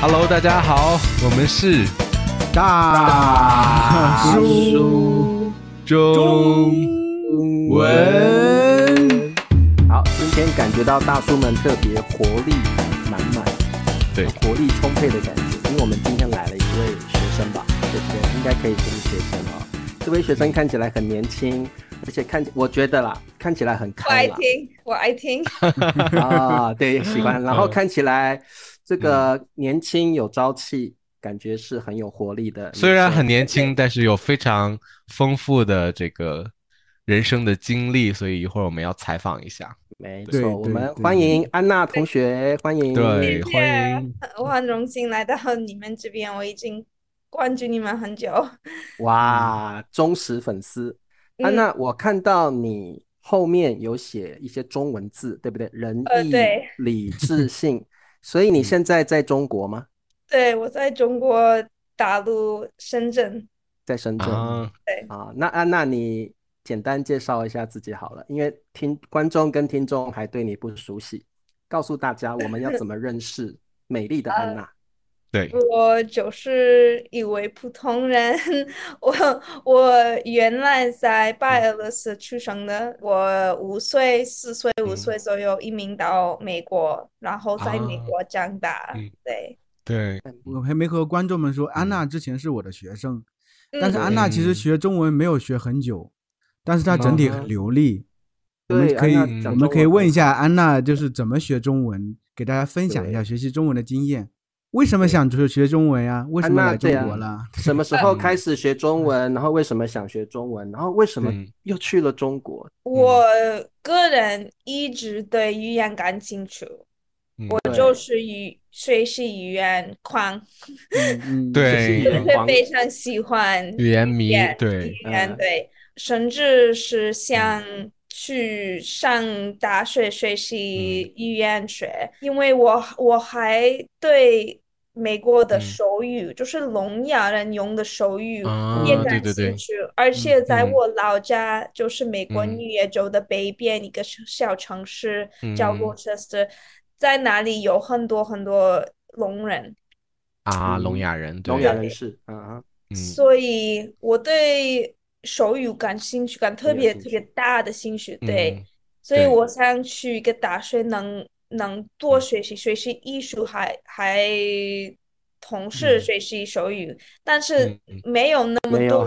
Hello，大家好，我们是大叔中文，好，今天感觉到大叔们特别活力满满，对活力充沛的感觉，因为我们今天来了一位学生吧，对不对？应该可以称学生哦。这位学生看起来很年轻，而且看起我觉得啦，看起来很我爱开朗听，我爱听， 啊，对，喜欢。然后看起来这个年轻有朝气，感觉是很有活力的女生。虽然很年轻，但是有非常丰富的这个人生的经历，所以一会儿我们要采访一下。没对错，我对们对欢迎安娜同学，欢迎。对，谢谢欢迎，我很荣幸来到你们这边，我已经关注你们很久。哇，忠实粉丝。安嗯娜，我看到你后面有写一些中文字，对不对？仁呃义、对理智性，所以你现在在中国吗？对，我在中国大陆深圳，在深圳啊？啊，那安娜，你简单介绍一下自己好了，因为听观众跟听众还对你不熟悉，告诉大家我们要怎么认识美 丽的呃安娜。对，我就是一位普通人，我我原来在白嗯俄罗斯出生的，我五岁、四岁、五嗯岁左右移民到美国，然后在美啊国长大嗯。对，对，我还没和观众们说，嗯安娜之前是我的学生，但嗯是安娜其实嗯学中文没有学很久，但是她整体嗯很流利。我们对，可以，安嗯娜讲中我们可以文问一很下安娜，就是怎么学中文，给大家分享一下学习中文的经验。为什么想学学中文呀？为什安么娜来中对啊国了？什么时候开始学嗯中文？然后为什么想学中文？然后为什么嗯又去了中国？我个人一直对语言感兴趣，嗯我就是语学习语言狂，嗯嗯，对语言就是狂非常喜欢语言迷言，对语言嗯对，甚至是想去上大学学嗯习语言学，因为我我还对美国的嗯手语，就是聋哑人用的手语啊也对感对对兴趣，而且在嗯我老家，就是美国嗯纽约州的北边一个小小城市叫嗯 Rochester，在那里有很多很多聋人，啊，聋哑人，对聋哑人士，嗯啊，嗯所以我对手语感兴趣感特很有别兴特别大的兴趣，对，嗯所以对我想去一个大学能能多嗯学习学习艺术还，还同时嗯学习手 语，但是嗯嗯没有那么没有多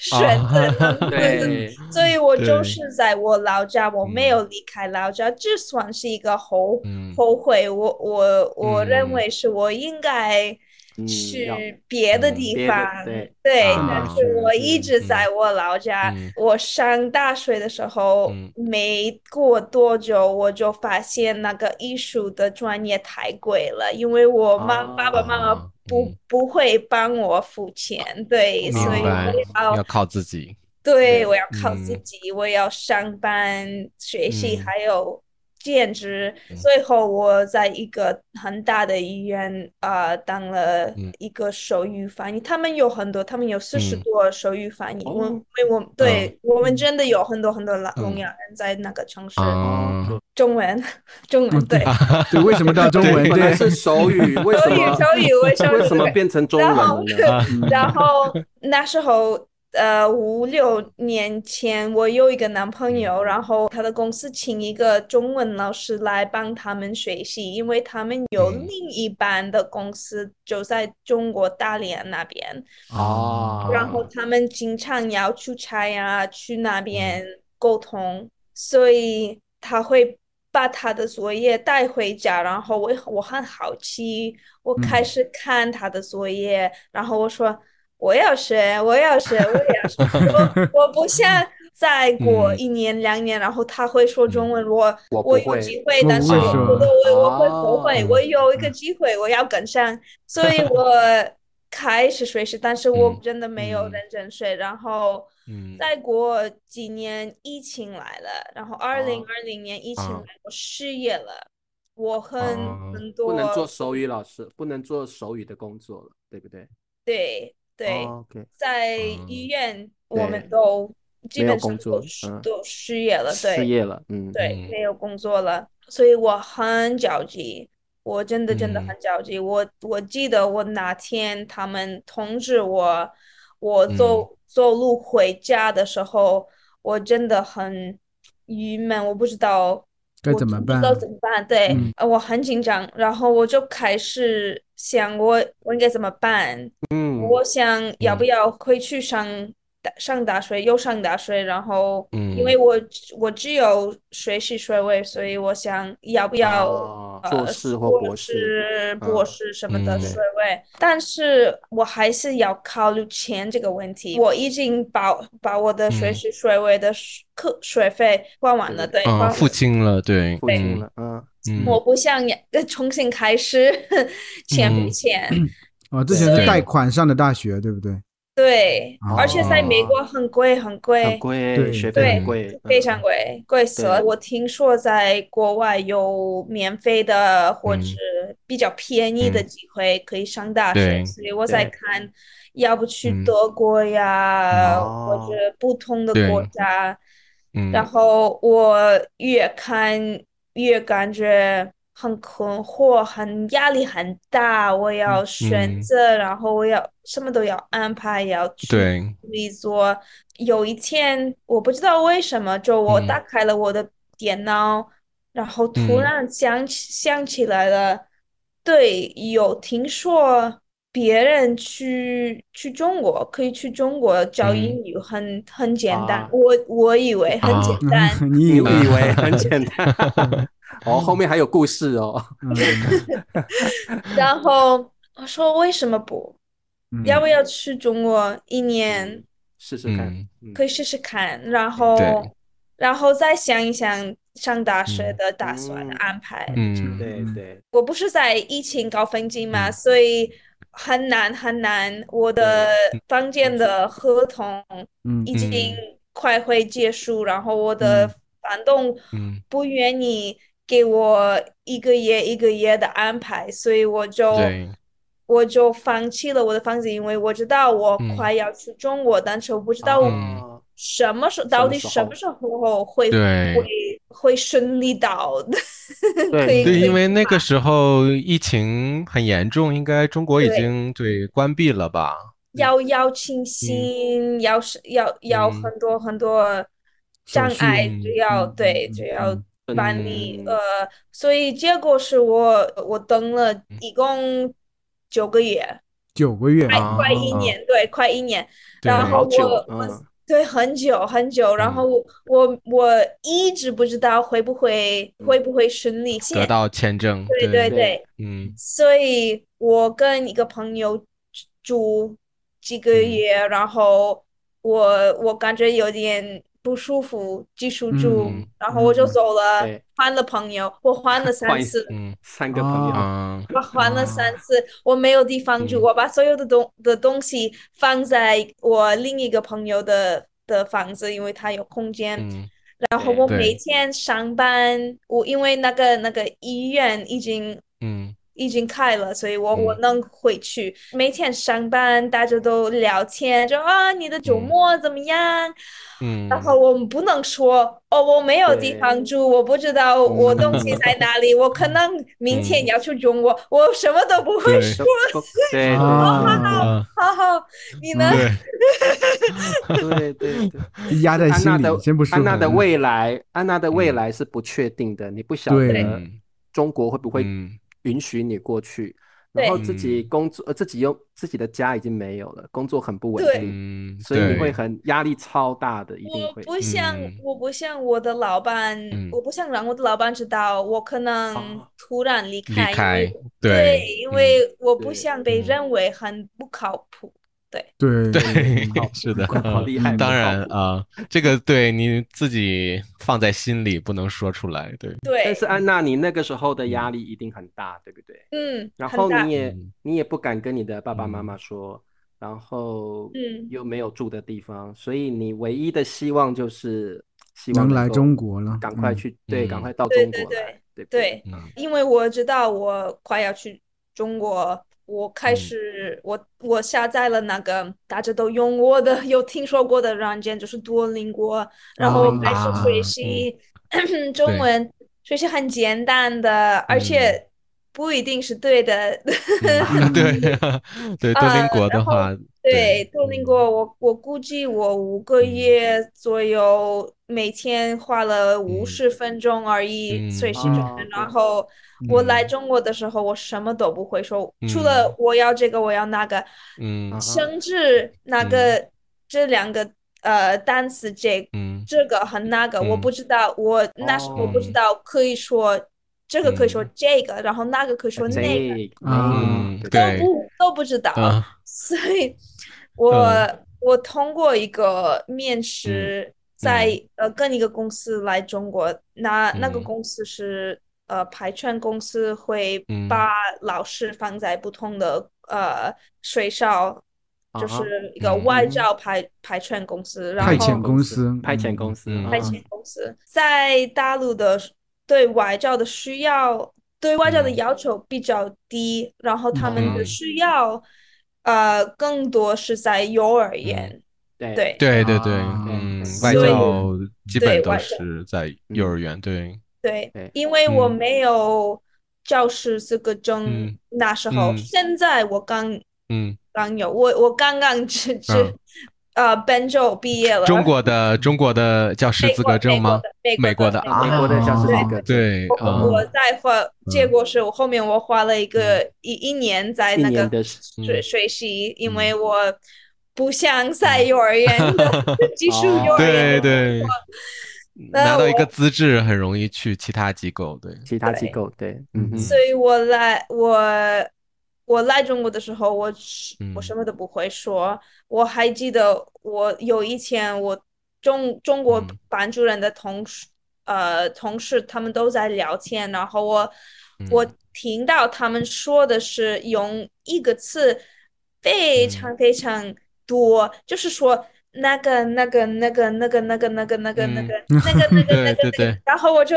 选择能哦 做的 所以我就是在我老家，我没有离开老家，这算是一个后嗯后悔。我我我认嗯为是我应该嗯要去别的嗯地别的方，对对，啊但是我一直在我老家。嗯我上大学的时候，嗯没过多久，我就发现那个艺术的专业太贵了，因为我妈啊爸爸妈妈不嗯不会帮我付钱，对，所以明白我要。要靠自己，对，对我要靠自嗯己，我要上班、学习，嗯还有兼职。嗯最后，我在一个很大的医院啊、呃当了嗯一个手语翻译。他们有很多，他们有四十嗯多手语翻译。哦我因为我对我们真的有很多很多聋聋嗯哑人在那个城市，嗯啊，中文， 中文对， 对，为什么哦到中文？本来对，是手语，为什手语么手语为什为么什么变成中文了呢？嗯然后那时候，呃，五六年前，我有一个男朋友，然后他的公司请一个中文老师来帮他们学习，因为他们有嗯另一班的公司就在中国大连那边，啊嗯哦然后他们经常要出差呀，去那边沟通，所以他会把他的作业带回家。然后我我很好奇，我开嗯始看他的作业，然后我说我要学，我要学，我也要学。我我不像再过嗯一年两年，然后他会说中文，我我不我有会机会，我但不是会我说觉得我我会后悔，哦我有一个机会，我要跟上，所以我开始学习，但是我嗯真的没有嗯认真学。然后嗯再过几年，疫情来了，然后二零哦二零年疫情啊来，我失业了，我很啊很不能多做手语老师，不能做手语的工作了，对不对？对对，哦，OK，在嗯医院我们对都基没有本上工都作失嗯都失业了，对。失业了，嗯，对，嗯没有工作了，所以我很着急。我真的真的很嗯着急。我我记得我哪天他们通知我，我嗯走走路回家的时候，我真的很郁闷，我不知道该我怎么不知办道怎么办？对，嗯呃我很紧张，然后我就开始想我我应该怎么办。嗯，我想要不要回去上大上大学，又上大学，然后嗯因为我我只有学士学位，所以我想要不要哦呃硕士或硕博士士嗯博士什么的嗯学位，但是我还是要考虑钱这个问题。我已经把把我的学嗯士学位的课学费还完了，对，啊嗯，还完付清了，对，付清嗯了，嗯，嗯我不想也呃重新开始， 钱不嗯钱。哦，之前是对贷款上的大学，对不对？对，而且在美哦国很贵，很很贵，贵，对学费对很贵，非嗯常贵，贵死了。对我听说在国外有免费的或嗯者比较便宜的嗯机会可以上大学，对所以我在对看，要不去嗯德国呀，或哦者不同的对国家。嗯，然后我越看越感觉很困惑，很压力很大。我要选嗯择，然后我要什么都要安排，要去 对，努力做。有一天，我不知道为什么，就我嗯打开了我的电脑，然后突嗯然想起想起来了，对，有听说。别人去去中国，可以去中国教嗯英语，很很简单。啊我我以为很啊简 单， 你你以以为？为很简单？哦，后面还有故事哦。 嗯然后我说为什么不？嗯要不要去中国一年？试试看，嗯嗯可以试试看，然后对然后再想一想上大学嗯的打算嗯安排。嗯，对对，我不是在疫情高峰期嘛，嗯所以很难很难。我的嗯房间的合同嗯已经快会结束，然后我的嗯房东嗯不愿意给我一个月一个月的安排，所以我就对我就放弃了我的房子，因为我知道我嗯快要去中国，但是我不知道我嗯哦什么时候到底什什么么时时候会对会会顺利到的， 对可以对，因可以为那个时候疫情很严重，应该中国已对经对关闭了吧？要要清心，要是要要嗯很多很多手障续碍，嗯就要嗯对嗯就嗯要嗯办理嗯呃，所以结果是我我等了一共九个月，九个月快啊快一年，对，快一年。对，然后好久我嗯我对很久很久，然嗯后我我我一直不知道会不会会不会顺利得线，到签证，对对对对，嗯所以我跟一个朋友住几个嗯月，然后我我感觉有点不舒服，继续住，嗯然后我就嗯走了，对换了朋友，我换了三换一次，嗯三个朋友，啊，我还了三次，我没有地方住，嗯我把所有的东的东西放在我另一个朋友的的房子，因为他有空间。嗯然后我对每天上班，我因为那个那个医院已经嗯已经开了，所以我嗯我能回去。每天上班，大家都聊天，就啊你的周嗯末怎么样？嗯，然后我们不能说哦，我没有地方住，我不知道我东西在哪里，我可能明天要去中国，我什么都不会嗯对说。 都都对啊，啊，哦哈哈，你呢？对，呃对对对对，压在安心娜的里，先不说。安娜的未来，安娜的未嗯来是不确定的，你不晓对得嗯中国会不会嗯允许你过去，然后自己嗯工作，呃，自己又自己的家已经没有了，工作很不稳对定，嗯，所以你对会很压力超大的，一定我会。不像，嗯我不像我的老板，嗯我不想让我的老板知道我可能啊突然离离开，因开为，对，因嗯为我不对想被嗯认为很不靠谱。 对对嗯，是的，靠谱好嗯厉害当很靠然谱啊，这个对你自己放在心里，不能说出来，对，对但，是安娜，你那个时候的压力一定很大，对不对？嗯，然很后大，你也嗯你也不敢跟你的爸爸妈妈说，然后嗯又没有住的地方，所以你唯一的希望就是希望能来够中国了，赶快嗯去，对，赶嗯快到对中对国来，对不对。嗯因为我知道我快要去中国，我开嗯始我我下载了那个大家都用过的、 有听说过的软件，就是多邻国，然后哦我开始嗯学啊嗯习中文，学习很简单的，而且不一定是对的。 嗯对 对，多邻国的然后话，对，对多邻国，我我估计我五个月左右，每天花了五十分钟而已，嗯所以是中文。哦然后我来嗯中国的时候，我什么都不会说，除嗯了我要这个，我要那个，嗯啊甚至那个这两个呃单词这嗯这个和那个，我嗯不知道，我那时候我不知哦道可以说这个可以说嗯这个，然后那个可以说那个。这个啊嗯，都对，不都不知道，啊所以我嗯我通过一个面试在，呃跟一个公司来中国，那那个嗯公司是呃排圈公司，会嗯把老师放在不同的呃学校，就啊哈是一个嗯外教排排圈公司，然派遣后公司派遣公司嗯，啊派遣公司在大陆的对外教的需要，对外教的嗯要求比较低，然后他们的嗯需要，呃，更多是在幼儿园。对对嗯对对对，啊嗯，所外以教基对本都外教是在幼嗯儿园，对，对对因为我嗯没有教师资格证嗯，那时候，嗯现在我刚嗯，刚有，我我刚刚只只嗯呃本周毕业了，中国的中国的教师美资国格证美国吗？的美美国国的美啊美国的教师资格证，对我啊，我在花，结嗯果是我后面我花了一个一一年在一那个年的时学嗯学习，因嗯为我不想在幼儿园 的 寄宿幼儿对园，对，那拿到一我个资质很容易去其他机构， 对，其他机对构对，嗯嗯哼，所以我来我我来中国的时候，我是我嗯什么都不会说。我还记得我有一天，我中中国嗯班主任的同事呃同事他们都在聊天，然后我我嗯听到他们说的是用一个词嗯非常非常多，就是说。那个、那个、那个、那个、那个、那个、那个、那嗯个、那个、那个、那对个对那个对， 然后我就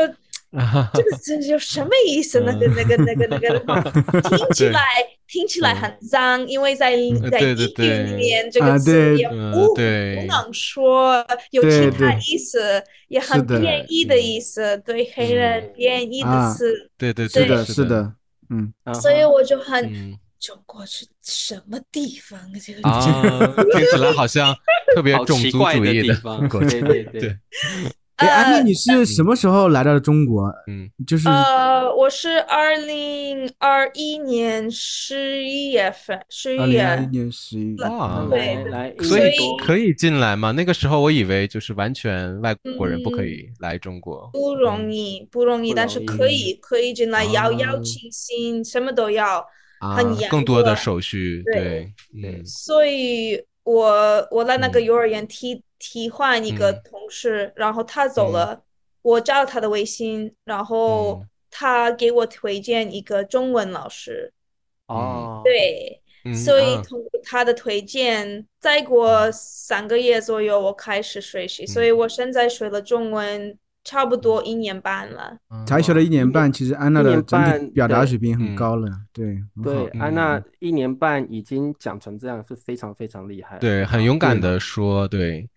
啊这个词有什么意思？那个、嗯那个、那个、那个的话，听起来听起来很脏，因为在在对对英语里对面这啊个词对也嗯不对不能说，有对其他对意思，也很是的贬义的意思，对黑人嗯贬义的啊词，对对对对是的，是是，的，嗯，啊哈所以我就很 嗯中国是什么地方？这个啊，听起来好像特别好种奇族怪主义地方， 国对家，对对对，，哎，安呃妮，你是什么时候来到了中国？嗯就是呃，我是二零二一年十一月份，十二一零二一月。年十一月，啊嗯来对来，所以以英国可以进来吗？那个时候我以为就是完全外国人不可嗯以来中国。不容易，不容易，不但容是易可以，可以进来，要邀啊请信，什么都要，啊很，严更多的格手续，对对，所以我我在那个嗯幼儿园替替换一个嗯同事，然后他走了，我加了他的微信，然后嗯他给我推荐一个中文老师，哦，对，嗯，所以啊通过他的推荐，再过三个月左右，我开始学习，嗯所以我现在学了中文差不多一年半了。才学了一年半，其实安娜一的年整体半表达对水平嗯很高了，对，很对好，安娜一年半已经讲成这样，是非常非常厉害了，对，很勇敢对的说，对，嗯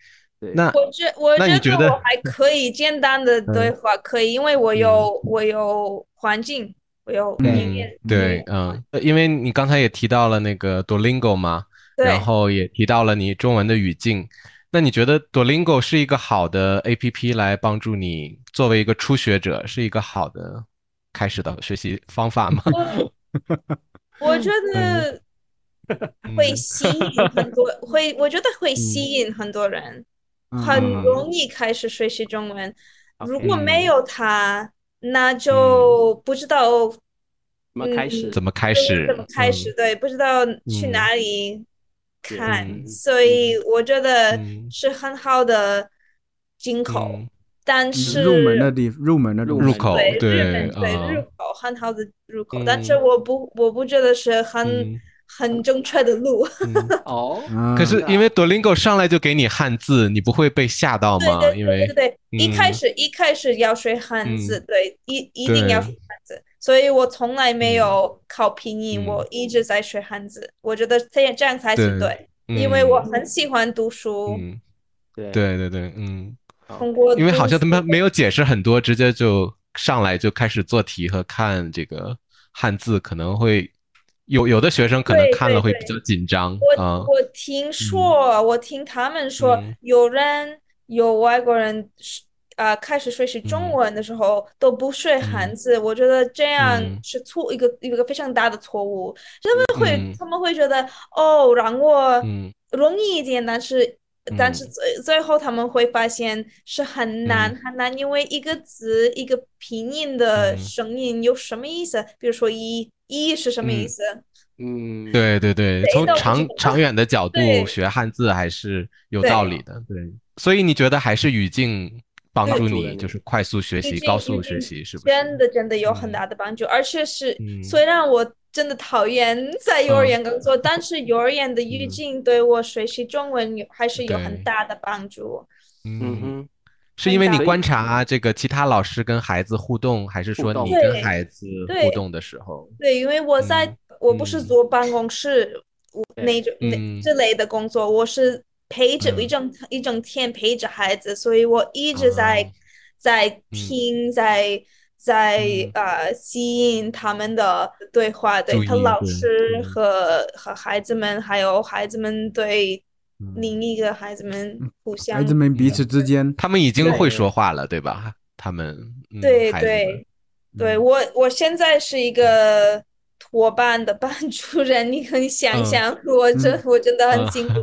对，那 我觉我那觉你觉得嗯我还可以简单的对话，可以，因为我有我有环境，我有音乐，对，嗯，呃因为你刚才也提到了那个 Duolingo 嘛，然对，后也提到了你中文的语境，那你觉得 Duolingo 是一个好的 APP 来帮助你作为一个初学者，是一个好的开始的学习方法吗？ 我觉得会嗯吸引很 多，会我觉得会吸引很多人，很嗯嗯容易开始学习中文。嗯 OK 如果没有它，那就不知道怎么开始？怎么开对始？怎么开始，对，不知道去嗯哪里看，嗯所以我觉得嗯是很好的进口，嗯但嗯入门的是地，入门的入地入方口对对日本对啊入口很好的入口，但是嗯我不我不觉得是很 嗯很正确的路，嗯哦，啊，可是啊因为 Duolingo 上来就给你汉字，你不会被吓到吗？ 对因对为对对，一开嗯始一开始要学汉字，嗯对，一一定要学对汉字，所以我从来嗯没有考拼音，嗯我一直在学汉字，我觉得这样这样才是对对。因为我嗯很喜欢读书，嗯，对对对对，嗯，通过因为好读像他们书没有解释很多，直接就上来就开始做题和看这个汉字可能会有有的学生可能对看了对会对比较紧张啊我。我听说，我听他们说，嗯有人有外国人是啊、开始学习中嗯文的时候都不学汉字，我觉得这样嗯是错一个一个非常大的错误。他们会、嗯他们会觉得哦，让我嗯容易一点，但是但是嗯最最后他们会发现是很难、嗯很难，因为一个字一个拼音的嗯声音有什么意思？比如说一一是什么意嗯思？嗯，，对对对，从都不长知道长远的角度对学汉字还是有对道理的。对，所以你觉得还是语境帮对助助了你你，就是快速学语习、境高语速学境习，是不是？真的真的有很嗯大的帮助，而且是嗯虽然我真的讨厌在幼儿嗯园工作，但是幼儿园的语嗯境对我学习中文有还是有很对大的帮助。嗯哼，是因为你很大观察这个其他老师跟孩子互动，还是互说动你跟对孩子互对动的时候？对，因为我在嗯我不是嗯坐办公室我对那种那嗯之类的工作，我是陪着一嗯整一整天陪着孩子，所以我一直在啊在听，在在嗯呃吸引他们的对话，对注他意老对师嗯和和孩子们，还有孩子们对嗯另一个孩子们互相孩子们彼此之间，他们已经对会说话了，对吧？他们，嗯，对孩子对们，对，嗯我，我现在是一个托班的班主任，你可以想嗯想，我真嗯我真的很嗯辛苦，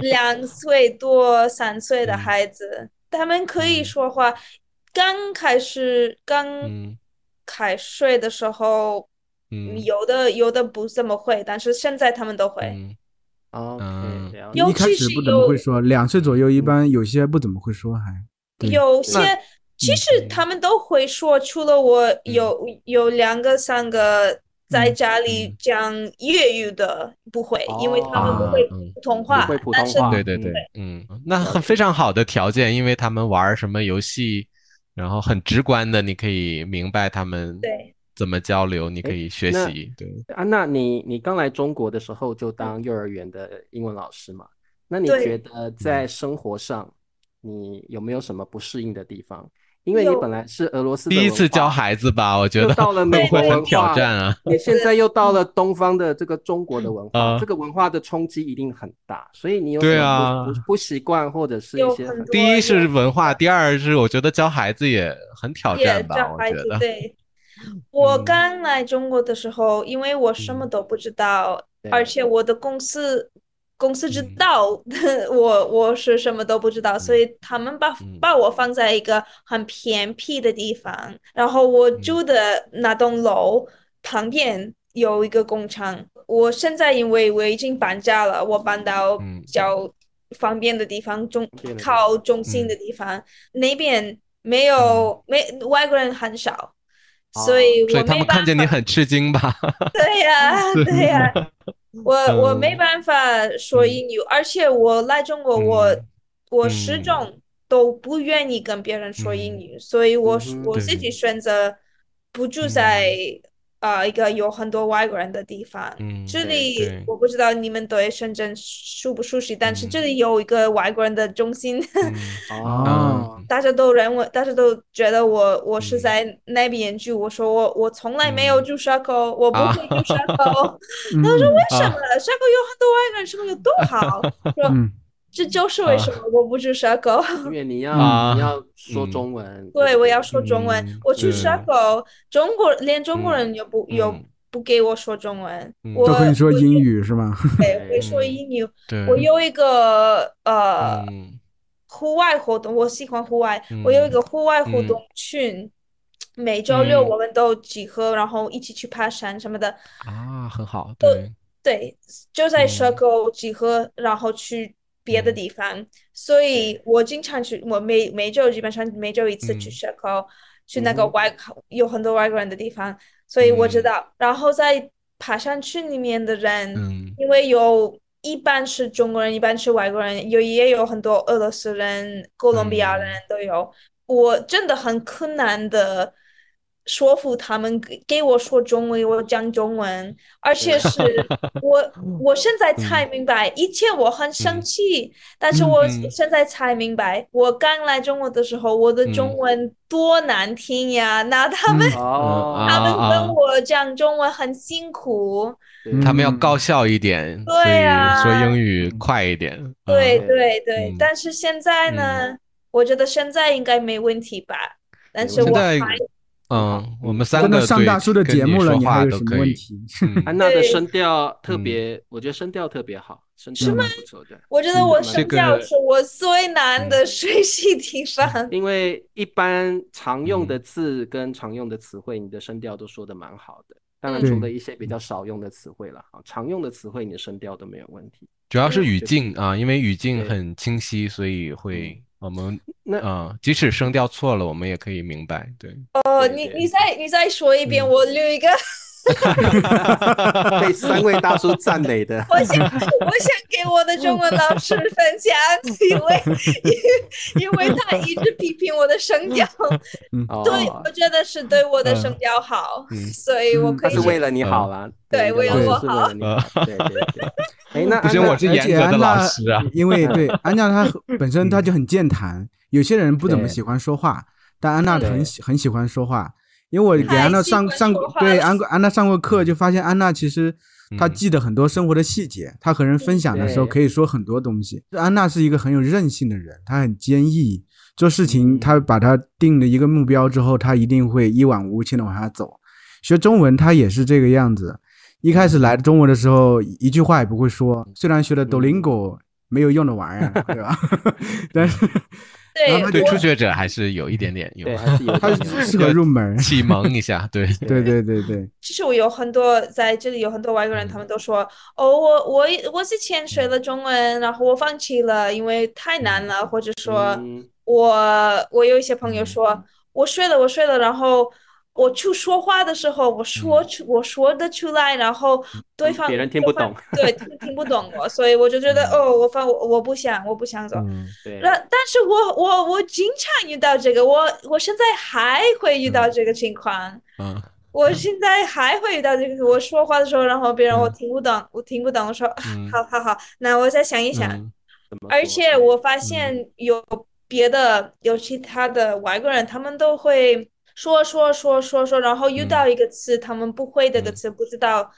两岁多、三岁的嗯孩子，他们可以嗯说话，刚开始刚嗯开睡的时候，嗯有哎的有的不怎么会，但是现在他们都会。嗯， OK，嗯了有解。一开始不怎么会说，两岁左右一般有些不怎么会说还。对有些那其实他们都会说，除了我有有两个三个在嗯家里嗯讲粤语的不会，因为他们不哦会嗯普通不话，会普但通是话，对对嗯对，嗯，那很非常好的条件，因为他们玩什么游戏，然后很直观的，你可以明白他们对怎么交流，你可诶以学啊那习，对，安娜，你你刚来中国的时候就当幼儿园的英文老师嘛？那你嗯对觉得嗯在生活上，你有没有什么不适应的地方？因为你有本来是俄罗斯的第一次文化教，孩子吧，我觉又得到了会美不国会很文挑化，战啊？你现在又到了东方的这个中国的文化，啊这个文化的冲击一定很大，所以你有对什么啊不不不习惯或者是一有些很很多第一是有文化，第二是我觉得教孩子也很挑也战吧，教我孩觉子得， 对。我嗯刚来中国的时候，因为我什么嗯都不知道，对而且我的公司公司知嗯道 我我是什么都不知道，所以他们把嗯把我放在一个很偏僻的地方，然后我嗯住的那栋楼旁边有一个工厂。我现在因为我已经搬家了，我搬到嗯比较方便的地方，中便的地靠中心嗯的地方，那边没有没外国人很少。所以哦所我以他没们看办见你法，很吃惊吧？ 对呀，对呀，我我没办法说嗯英语，而且我来中国，我嗯我始嗯终都不愿意跟别人说英语，所以我是嗯哼我自己对选择不住在呃一个有很多外国人的地方。 嗯这对里对我不知道你们对深圳熟不熟悉，但是这嗯里有一个外国人的中心，嗯哦，嗯大家都认为，大家都觉得我我是嗯在那边住。我说我我从来没有嗯住沙沟，我不啊会住沙 沟。嗯他说为什啊么沙沟有很多外国人，什么有多 好？说嗯，这就是为什么我不住沙沟。因为你要啊你要说嗯中文，对，不我要说中嗯文。我去沙沟，中国连中国嗯人也不有嗯不给我说中文，嗯我都和你说我英语是吗？对会说嗯英语。对，我有一个呃。嗯户外活动，我喜欢户外。我有一嗯个户外活嗯动群，每周六嗯我们都集合，然后一起去爬山什么的。啊，很好，对，对，就在蛇嗯沟集合，然后去别的嗯地方。所以我经常去，我每每周基本上每周一次去嗯蛇沟，去那个嗯哼外有很多外国人的地方，所以我嗯知道。然后在爬山群里面的人，嗯因为有一半是中国人，一半是外国人，有也有很多俄罗斯人、哥伦比亚人嗯都有。我真的很困难的说服他们给给我说中文，我讲中文，而 且是我嗯我现在才明白，以前我很生气，但是我嗯嗯现在才明白，我刚来中国的时候，我的中嗯文多难听呀！那他们嗯哦，他们啊啊跟我讲中文很辛苦，对嗯他们要高效一点，所对以啊说英语快一点。啊对嗯对对嗯。但是现在呢，我觉得现在应该没问题吧？但是现我在还，嗯，我们三真个的上对大叔的跟节你目了，说你话还有都什么可问以？题？ 嗯安娜啊的对声调特嗯别，我觉得声调特别好，声调吗蛮不错的。我觉得我嗯这声个嗯调是我最难的学习地方。因为一般常用嗯的字跟常用的词汇，你的声调都说的蛮好的。当然，嗯除了一些比较少用的词汇啦，啊，常用的词汇你的声调都没有问题。主要是嗯语境啊，因为语境对很清晰，所以会我们那啊，即使声调错了，我们也可以明白。对，哦，对你对你再你再说一遍，嗯我捋一个。，被三位大叔赞美的 我想，我想给我的中文老师分享，因为因为因为他一直批评我的声调，哦，对，我觉得是对我的声嗯调好，嗯所以我嗯可他以是去为了你好啊啦，对对，为老了师我是为了你好，对对 对。哎，那不行，安娜我是而严且格的安老娜嗯师啊。因为对安娜她很本身她嗯就很健谈，有些人不怎么对喜欢说话，但安娜对很喜很喜欢说话。因为我给太安娜喜上欢上说过话对了安安娜上过课，就发现安娜其实她嗯记得很多生活的细节，她和人分享的时候对可以说很多东西。安娜是一个很有韧性的人，她很坚毅，做事情嗯她把她定了一个目标之后，她一定会一往无前的往下走。学中文她也是这个样子，一开始来中国的时候，一句话也不会说，嗯虽然学了 Duolingo 没有用的玩 意儿，对吧？ 但是对然后他对就我初学者还是有一点点有。对，还是有它点是适合入门 启蒙一下，对，对对对对，其实我有很多在这里有很多外国人，嗯他们都说哦，我我我之前学了中文，然后我放弃了，因为太难了，或者说嗯我我有一些朋友嗯说我睡了，我睡了，然后我去说话的时候，我说出我说得出来，然后对方嗯别人听不懂，对听听不懂我，所以我就觉得嗯哦，我放我我不想我不想走。嗯，对那但是我我我经常遇到这个，我我现在还会遇到这个情况。嗯我现在还会遇到这个，我说话的时候，然后别人我嗯听不懂，我听不懂，我说啊嗯 好好好，那我再想一想。嗯而且我发现有别的，有其他的外国人，他们都会说说说说说，然后遇嗯到一个词，他们不会这个嗯词，不知道，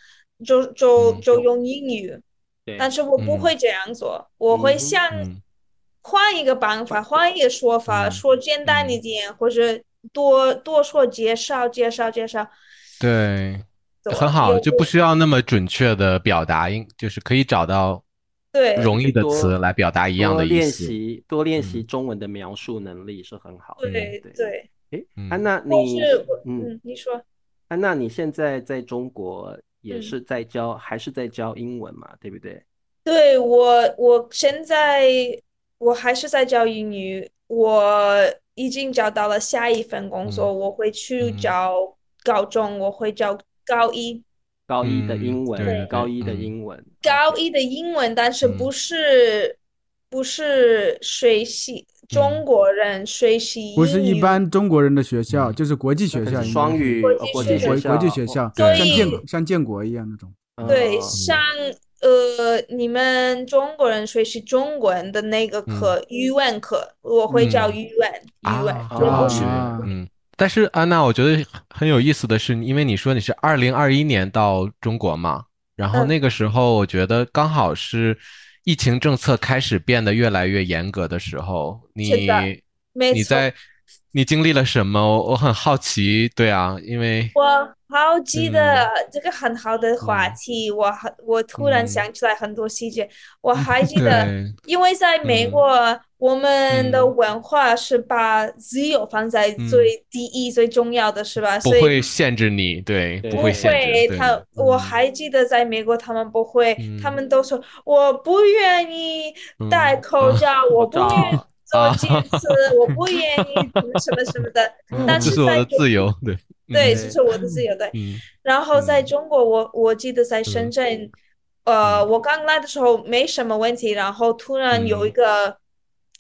就就嗯就用英语。对但是我不嗯会这样做，我会嗯想嗯换一个办法，换一个说法，嗯说简单一嗯点，或者多多说介绍介绍介绍。对，对很好，有就不需要那么准确的表达，应就是可以找到对容易的多词来表达一样多的意练思。习，多练习嗯中文的描述能力是很好的。对对对，嗯安娜，我你是我嗯，嗯，你说安娜，你现在在中国也嗯是在教，还是在教英文嘛？对不对？对我，我现在我还是在教英语，我已经找到了下一份工作，我会去嗯找高中，我会找高一。高一的英嗯对文，高一的英文，高一的英文，但是嗯不是不是学习中国人学习不是英一语，般中国人的学校，嗯就是国际学那可校，是双语国国际际学国校，国际学校，所像以建像建国一样那种。嗯哦对，像呃，你们中国人学习中文的那个课，语文课，我会叫嗯语文，语文，啊我不哦是啊嗯，但是安娜，我觉得很有意思的是，因为你说你是二零二一年到中国嘛，然后嗯那个时候我觉得刚好是疫情政策开始变得越来越严格的时候，是你的没你错在你经历了什么？我我很好奇，对啊，因为我好记嗯得这个很好的话嗯题，我还我突然嗯想起来很多细节，我还记得，对，因为在美嗯国，我们的嗯文化是把自由放在嗯最第一、最重要的是吧？不所以会限制你，对，对不不会限制，会，对，他我嗯还记得在美国，他们不会，他嗯们都说我不愿意嗯戴口啊罩，我不愿意罩做啊健身，我不愿意什么什么什么的。但这是是我在的中自由，对，对，嗯这是我的自由，对。嗯然后在嗯中国，我我记得在深嗯圳，呃，嗯我刚来的时候没什么问题，然后突然有一嗯个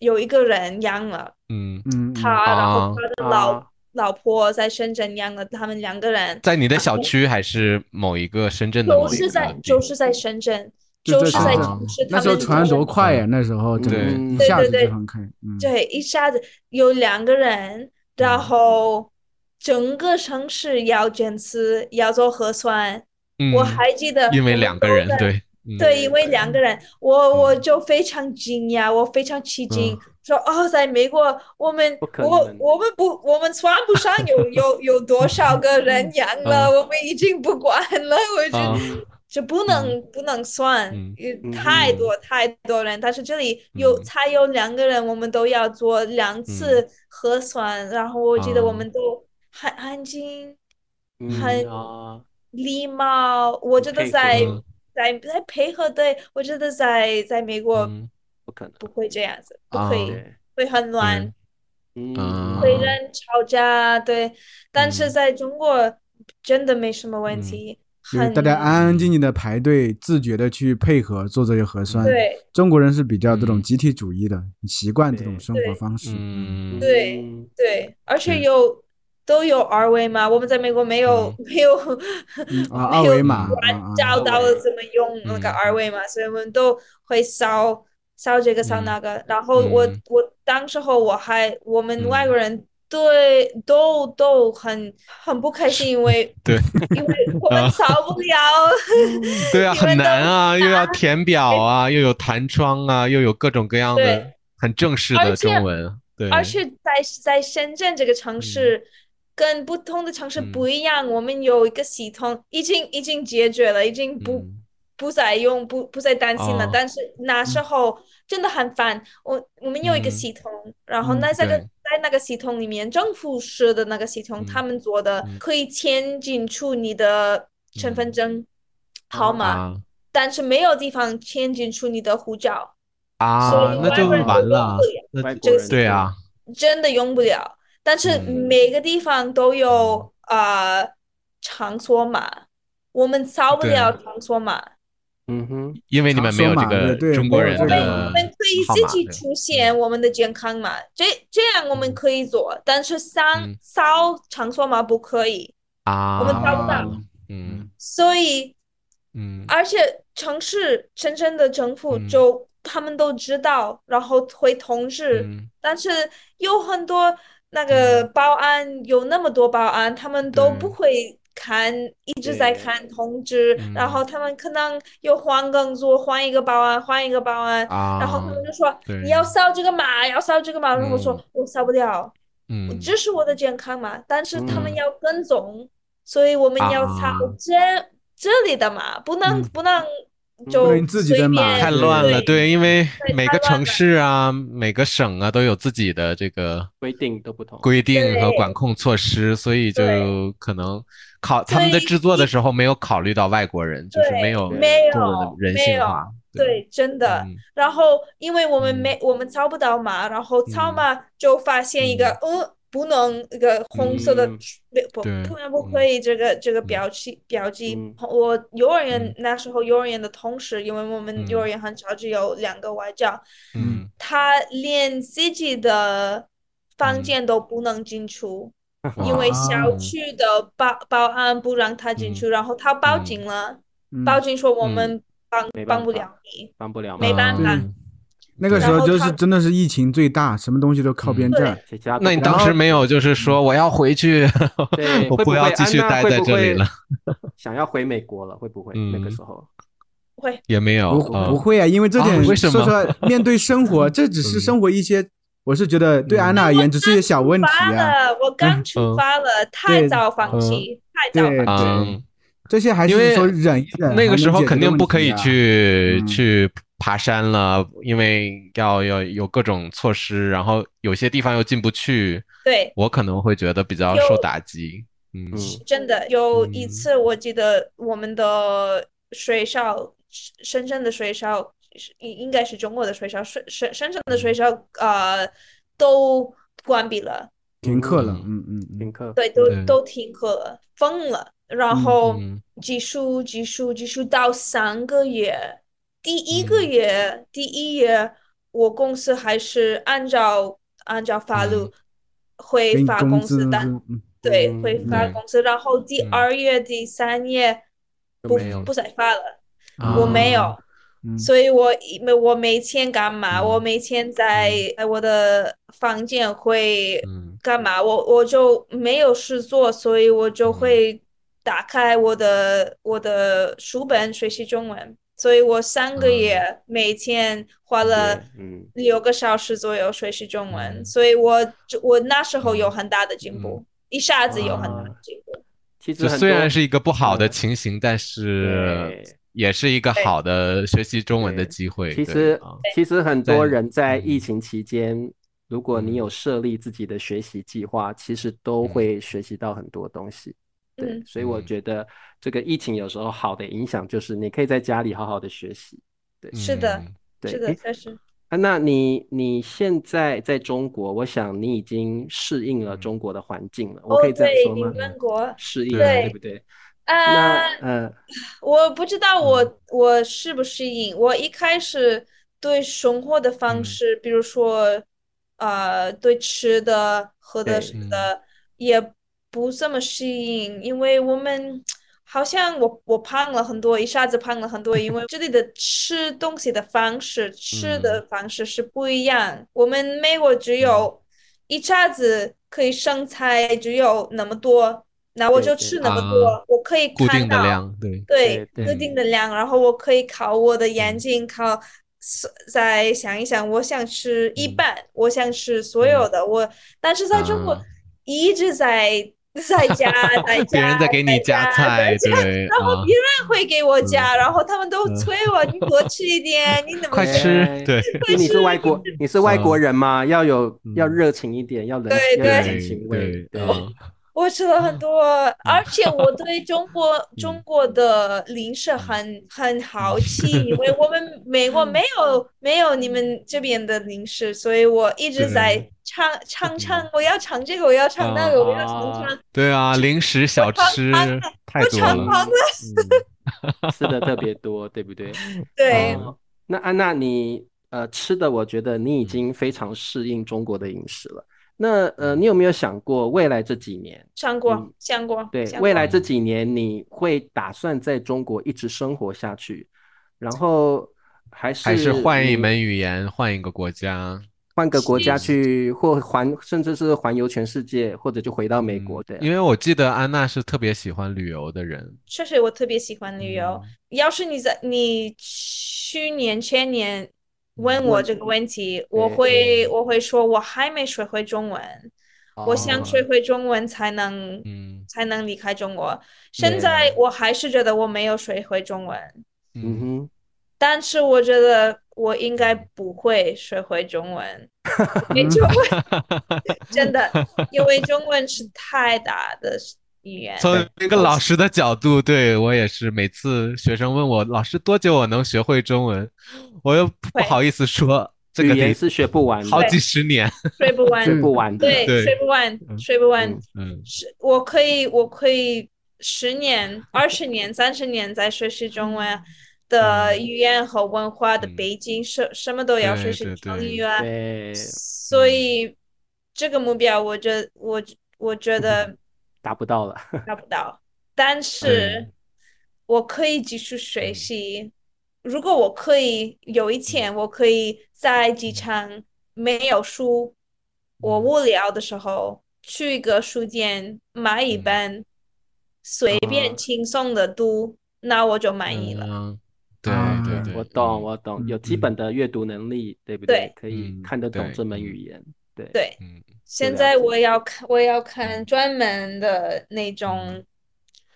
有一个人阳了，嗯嗯，嗯他然后啊他的老啊，老婆在深圳养了他们两个人，在你的小区还是某一个深圳的啊都某一是个在地就是在深圳，就就是在深圳城市，那他时候们传就得是多快呀！那时候整个对一下子对对就很开，嗯，对，一下子有两个人，然后整个城市要检测，要做核酸。嗯，我还记得因为我们两个都人在对，嗯对，因为两个人，我我就非常惊讶，我非常吃惊，说哦，在美国，我们不可我能我们不，我们算不上有有有多少个人阳了，我们已经不管了，我就啊，这不能不能算嗯，呃嗯太嗯多太多人，但是这里有嗯才有两个人，我们都要做两次核酸，然后我记得我们都很安静，很嗯啊，礼貌，我觉得很配合在嗯在在配合对，我觉得在在美国嗯不可能，不会这样子，不啊会对，会很乱，嗯啊会人吵架，对，但是嗯在中国真的没什么问嗯题，就是很大家安安静静的排队，自觉的去配合做这些核酸。对中国人是比较这种嗯集体主义的，很习惯这种对生活对方式。嗯对嗯对，而且是有都有二维码，我们在美国没有没有 嗯啊，没二有维码管啊啊找二到维怎么用那个嗯二维码，所以我们都会扫扫这个扫嗯那个。然后我嗯我当时候我还我们嗯外国人对都都很很不开心，因为 对因为我们啊扫 不了。对啊，你很们都难啊，又要填表啊，又有弹窗啊，又有各种各样的对很正式而的且中文，对，嗯而且在在深圳这个城市，跟不同的城市不一样，我们有一个系统已经已经解决了，已经不、嗯不再用不不再担心了。哦但是那时候真的很烦，我我们有一个嗯系统，然后嗯那这个对在那个系统里面，政府式的那个系统，嗯他们做的嗯可以牵进出你的身份嗯证号码，啊但是没有地方牵进出你的护照，所啊以，那外就国人完都用了不了，那外就国人对啊，真的用不了，但是嗯每个地方都有啊、呃场所码，我们扫不对了场所码，嗯哼，因为你们没有这个对对中国人我没有们这个我的们可以号自码啊己对出现我们的健康码，这这样我们可以做，但是三嗯扫场所码不可以，啊，我们找不到嗯所以嗯而且城市深圳的政府嗯就他们都知道，然后会通知。嗯但是有很多那个保安，有那么多保安，他们都不对会看，一直在对看通知，然嗯后他们可能又换工作，换一个保安，换一个保安，啊，然后他们就说对你要扫这个码，要扫这个码。如果说嗯我扫不了，嗯这是我的健康码，但是他们嗯要跟踪，所以我们要啊扫这这里的码，不能嗯不能嗯就不能自己随的码便太对乱了，对对，因为每太个乱城了市啊，每个省啊都有自己的这个规定都不同，规定和对管控措施，所以就可能考他们在对制作的一时候没有考虑到外国人，就是没有没做的有人没性有化，对，对，真的。嗯然后，因为我们嗯没我们扫不到码，然后扫嗯码就发现一个，呃，不能一个红色的嗯不对不能不嗯可以这个这个标记标记。嗯我幼儿园嗯那时候幼儿园的同事，因为我们幼儿嗯园很少只有两个外教，嗯他连自己的房嗯间都不能进出，哇因为小啊区的保保安不让他进嗯去，然后他报警了，报警说我们帮没办帮不法了你。帮不了忙，没办法嗯那个时然候后就他是真的是疫情最大，什么东西都靠嗯边对站。其他都那你不好当时没有就是说嗯我要回去， 对我会不会要继续安娜待会在不这里会了， 想要回美国了，会不会嗯那个时候？会，也没有不，嗯不会啊，因为这啊点为说什实么话，面对生活，这只是嗯生活一些，我是觉得对安娜而言只是一些小问题发啊。了，我刚出发了，太对呃早放弃，太早对放弃。嗯，这些还因为是说忍一忍。那个时候肯定不可以还能解决的问题去、啊。嗯去爬山了，因为要要有各种措施，然后有些地方又进不去，对，我可能会觉得比较受打击。嗯嗯，真的有一嗯次，我记得我们的学校，深深圳的学校，应应该是中国的学校，深深深圳的学嗯校，呃，都关闭了，停课了，嗯嗯嗯嗯停，课，对，都对都停课了，封了，然嗯后嗯结束结束结束到三个月，第一个嗯月第一月，我公司还是按照按照法律嗯给会你发工工资，资单，嗯 对，会嗯发对工资，然后第嗯二月、第三月就不没有了不再发了，啊我没有，嗯所以我没我没钱干嘛？嗯我没钱在在我的房间会嗯干嘛？我我就没有事做，所以我嗯就会打开我的我的书本学习中文，所以我三个嗯月每天花了。嗯，六个小时左右学习中文，嗯所以我就我那时候嗯有很大的进步，一下子有很大哇的进步。其实就很虽然多是一个不好的嗯情形，但是对也是一个对好的学习中文的对机会。其对实啊其实很多对人在嗯疫情期间，如果你嗯有设立自己的学习计划，其实都嗯会学习到很多东西。对，嗯所以我嗯觉得这个疫情有时候好的影响就是你可以在家里好好的学习。是的嗯对，是的，诶确实。啊，那你你现在在中国，我想你已经适应了嗯中国的环境了，我哦，可以这样对，说你吗？问过适应了，对对不对？那啊，呃，我不知道我、嗯我适不适应。我一开始对生活的方嗯式，比如说，呃，对吃的、喝的对什嗯么的，也不这么适应，因为我们好像我我胖了很多，一下子胖了很多，因为这里的吃东西的方式、吃的嗯方式是不一样。我们美国只有一下子可以剩菜只有那么多，那我对就对吃那么啊多，我可以固看定的到。量，对，对，对固对定的量，然后我可以靠我的眼嗯睛靠，是再想一想，我想吃一嗯半，我想吃所有嗯的，我，但是在中国啊一直在在加在 别人加在给你在加加菜，在加对然后啊，别人会给我加，然后他们都嗯催我，你多吃一点，你怎么快吃？吃哎，对，因为你是外国，嗯你是外国人嘛，要有嗯要热情一点，要人对要有对人情味，对对，啊，我吃了嗯很多，而 且我对中国中国的零嗯食很很好奇，因为 我们美国没嗯有没有你们这边的零食，所以我一直在对尝尝尝，我要尝这个，我要尝那个，我要尝啊尝，对啊，零食小吃太我多尝了，尝了。嗯吃的特别多，对不对？ 啊对，嗯哦那安娜你呃吃的，我觉得你已经非常适应中国的饮食了。那呃，嗯你有没有想过未来这几年？尝过嗯，想过，对，想未过来嗯这几年你会打算在中国一直生活下去，然后还是还是换一你门语言，换一个国家，换个国家是去，或环甚至是环游全世界，或者就回到美国。嗯对啊，因为我记得安娜是特别喜欢旅游的人，确实我特别喜欢旅游。嗯要是你在你去年前年问嗯我问这个问题，我对会嗯我会说我还没学会中文，我想学哦会中文才能嗯才能离开中国。现对在我还是觉得我没有学会中文，嗯嗯，哼，但是我觉得我应该不会学会中文，因为中文 真的，因为中文是太大的语言。从一个老师的角度，对我也是，每次学生问我老师多久我能学会中文，我又不会好意思说这语个言得是学不完好的，几十年，睡不完，学不完的。嗯对，对睡不完，嗯睡不完嗯。嗯是，我可以，我可以十年、二十年、三十年在学习中文的语言和文化的嗯背景，什什么都要学对习对教对育啊。对，所以这个目标，我觉我我觉得达不到了。达不到，但是对我可以继续学嗯习。如果我可以有一天，我可以在机场没有书，我嗯无聊的时候去一个书店买一嗯本，随便啊轻松的读，那我就满意了。嗯，对啊对对，我懂，嗯我懂，嗯有基嗯本的阅读能力，对不对可以嗯看得懂对这门嗯语言，对，对，嗯现了在解我要看，我要看嗯专门的那种，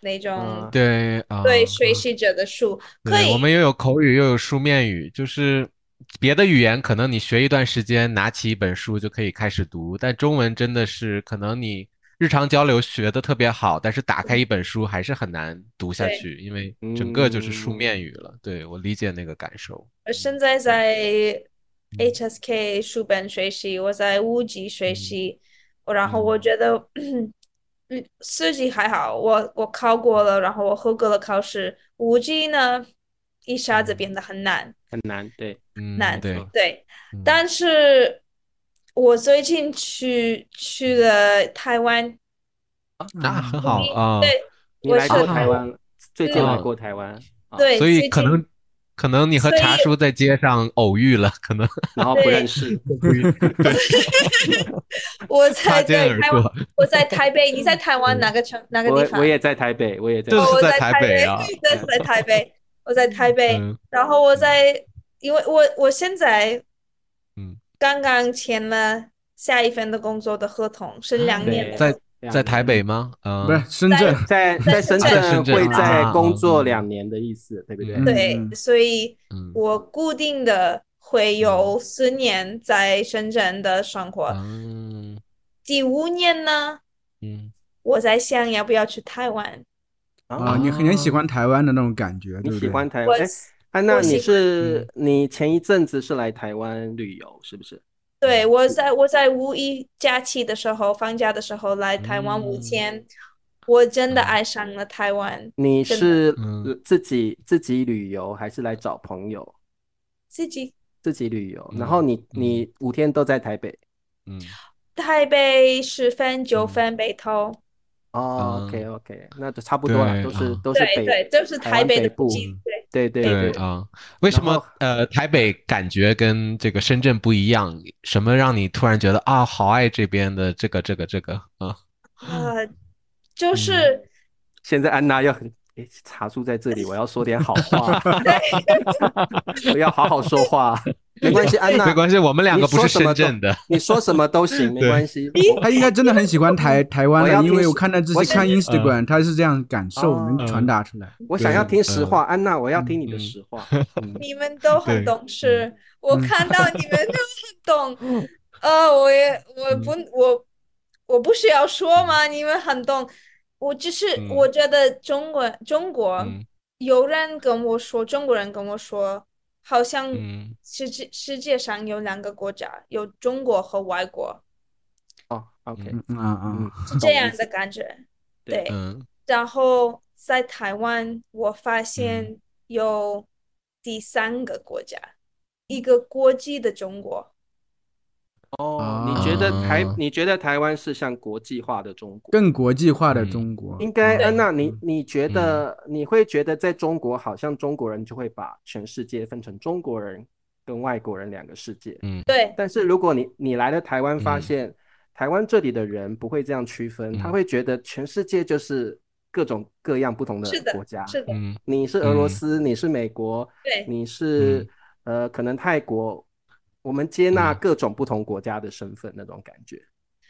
那种啊对啊，对学啊习者的书，可对，我以。们又有口语又有书面语，就是别的语言可能你学一段时间，拿起一本书就可以开始读，但中文真的是可能你日常交流学的特别好，但是打开一本书还是很难读下对去，因为嗯整个就是书面语了。对，我理解那个感受。我嗯现在在嗯 HSK 书本学习，我在乌级学嗯习，我然后我嗯觉得，嗯，四级还好，我我考过了，然后我合格了考试。五级呢，一下子嗯变得很难，很难，对，嗯，难，对，错对，嗯但是我最近去去了台湾，那很好你啊。对你我来过是台湾，最近嗯来过台湾，啊对，所最以近可能可能你和所以茶叔在街上偶遇了， 可能然后不认识， 我擦在肩对而台湾，过。我在台北，你在台 湾哪个城哪个地我方？我也在台北，我也在就哦是我在台台北北啊对，我在台北，我在台北。嗯然后我在，因为我我现在嗯，刚刚签了下一份的工作的合同，是两对年嗯的。啊在两在年台北吗？嗯，不是深圳，在在深在圳深圳会啊在啊工啊作嗯两年的意思，对不对？嗯对嗯，所以嗯我固定的会有四年在深圳的生活。嗯第五年呢，嗯，我在想要不要去台湾。啊，啊，你很很喜欢台湾的那种感觉，对你不喜对？欢台我湾？哎，安娜，我你喜是嗯你前一阵子是来台湾旅游，是不是？对，我嗯在我在五一假期的时候，放假的时候来台湾五天，我真的嗯爱上了台湾，你真的是嗯呃自己自己旅游，还是来找朋友自己自己旅游？嗯然后你你五天都在台北嗯台北十分九嗯分北投，哦，OK 啊 OK，那就差不多了，对都是啊都是对对，北，就是台台湾北北的附部嗯近，对，对对对对，啊，为什然么后呃台北感觉跟这个深圳不一样？什么让你突然觉得啊好爱这边的这个这个这个 啊？啊，就是嗯现在安娜要很，诶，茶树在这里，我要说点好话， 我要好好说 话，没关系，安娜，没关系，我们两你个不说是什么深都圳的，你说什么都行，没对关系。 他应该真的很喜欢台台湾我要的，因听为是我看他之我前看 Instagram，他是这样感受哦能传达出来。我想要对听实嗯话，安娜，我要听你的嗯实话。嗯你们都很对懂事，我看到你们都很 懂，呃，我也我不嗯我我不需要说吗？你们很懂，我只是嗯我觉得中国中国嗯有人跟我说，中国人跟我说，好像嗯世界世界上有两个国家，有中国和外国，哦，OK，嗯嗯啊嗯啊，，是这样的感觉，对对。嗯然后在台湾，我嗯发现有第三个国家，一个国际的中国。哦，你觉得台啊，你觉得台湾是像国际化的中国？更国际化的嗯中国，应该，嗯安娜，你嗯你觉得你会觉得在中国，好像中国人就会把全世界分成中国人跟外国人两个世界。嗯对，但是如果你你来了台湾，发嗯现台湾这里的人不会这样区分，他嗯会觉得全世界就是各种各样不同的是的国家。是的，嗯你是俄罗嗯斯，你是美国，对，你是呃，可能泰国，我们接纳嗯各种不同国家的身份那种感觉，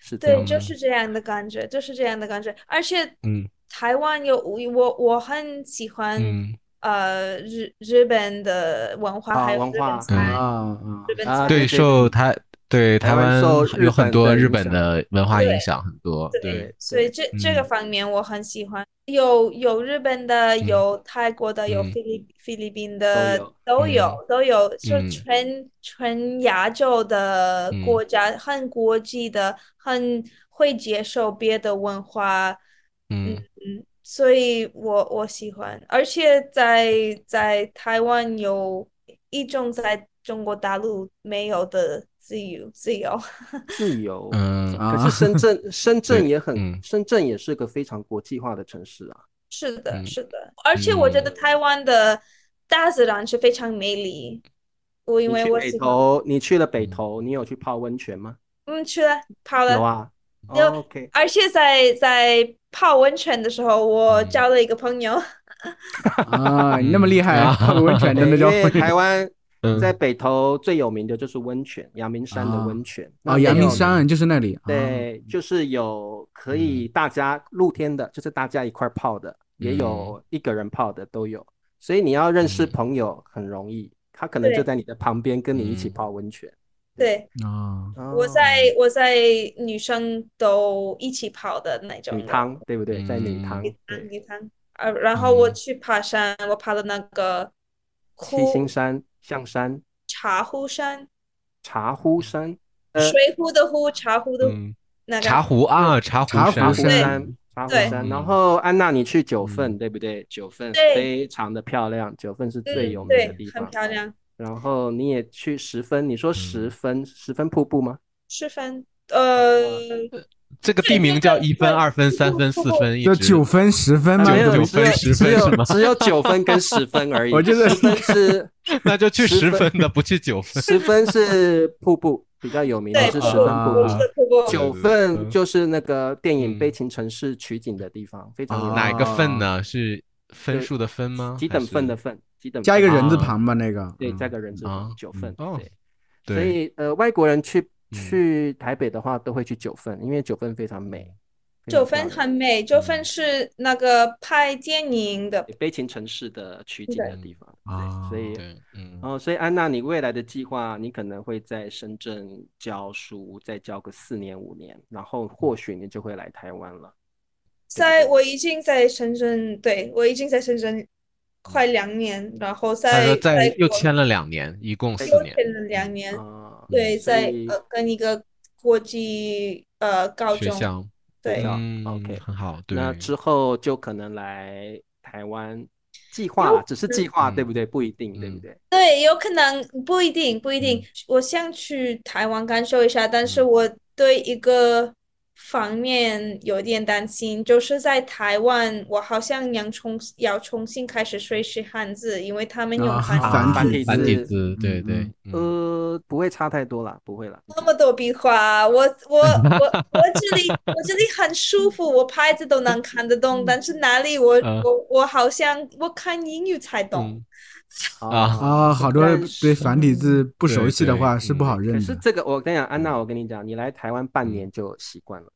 是这对，样。就是这样的感觉，就是这样的感觉。而且嗯台湾有我我很喜欢嗯，呃日日本的文化，啊还有文日化本啊菜，啊日本啊菜。对对对，受台对台台湾湾受有日很本多的日影本响的文化影对响很多，对，对所以对，这这个嗯方面我很喜欢，有有日本的，嗯有泰国的，有嗯菲律菲律宾都的，有都嗯有都有，就嗯全全亚洲的嗯国家，很国际的，很会接受别的文化，嗯嗯嗯，所以我我喜欢，而且在在台湾有一种在中国大陆没有的自由自由，自由。嗯可啊是深 圳，深圳对也很，嗯深圳也是个非常国际化的城市啊。是的，嗯是的，而且我觉得嗯台湾的大自然是非常美丽。我因你为去我北喜欢，投，你去了北嗯投，你有去泡温泉吗？嗯，去了泡有了，啊。有哦 OK，而且在在泡温泉的时候，我嗯交了一个朋友。啊，你那么厉害嗯，泡个 温泉对真的因叫为台湾嗯在北投最有名的就是温泉，阳明山的啊温泉。那哦，没阳明有山就是那里啊，对，就是有可嗯以大家露天的，就是大家一块儿泡的，也嗯有一个人泡的都有。所以你要认识嗯朋友很容易，他可能就对在你的旁边跟你一起嗯泡温泉。 对，啊，我哦在我在女生都一起泡的那种女的汤对不对？在女嗯汤女汤对，女汤。呃，然后我嗯去爬山，我爬了那个七星湖山、象山、茶壶山，茶壶山、呃水壶的壶，茶壶的嗯，那个茶壶啊，茶壶茶山茶壶壶对山、茶壶对山。然嗯后安娜，你去九嗯份对不对？九份对非常的漂亮，九份是最嗯，有名的对，地很方。漂亮。嗯然后你也去十分，你说十分，十分瀑布吗？吃饭，呃，哦这个地名叫一分、二分、三分、四分，一就直九分、十分啊吗？没有有九哎只有分十只分是有吗只有九分跟十分而已。我觉得十分是那就去十十分分的，不去九分。十分是瀑布比较有名的，对，是瀑十布分啊瀑我吃布。的瀑布，九嗯份就是那个电影《悲情城市》取景的地方，非常有名。哦哪一个哦分啊呢？是分数的分吗？几等份分的？份？几等份加一个人字旁吧，那个对，嗯加个人字旁啊九份。嗯哦对，所对，以呃，外国人去嗯去台北的话，都会去九份，因为九份非常美。非常九份漂亮很美，九份是那个拍电影的，对悲情城市的取景的地方。啊对，所以对，嗯，哦，所以安娜，你未来的计划，你可能会在深圳教书，再教个四年五年，然后或许你就会来台湾了。在我已经在深圳，对，我已经在深圳快两年，然后他在说在又国签了两年，一共四又年。签了两年，啊，对，所在以呃跟一个国际呃高学中，校，对，校嗯 OK 很好，对，那之后就可能来台湾，计划啦只是计划，嗯对不对？不一定，对不嗯对？对，有可能不一定，不一定。我想去台湾感受一下，但是嗯我对一个方面有点担心，就是在台湾，我好像要重要重新开始学习汉字，因为他们用啊汉啊字 繁繁体繁体字字，对嗯对，嗯呃，不会差太多啦，不会啦。那么多笔画，我我我我这里我这里很舒服，我拍子都能看得懂，但是哪里我嗯我我好像我看英语才懂。嗯啊啊，好多但对是繁体字不熟悉的话对对是不好嗯认可是的。这个，我跟你讲，安娜，我跟你讲，你来台湾半嗯年就习惯了，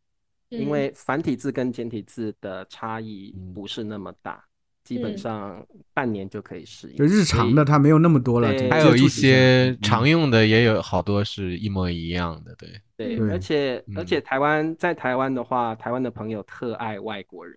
嗯因为繁体字跟简体字的差异嗯不是那么大，基本嗯上半年就可以适应。就日所常以的，它没有那么多了。对就还接有触一几下些嗯常用的也有好多是一模一样的，对，对，对而且而且嗯台湾在台湾的话，台湾的朋友特爱外国人。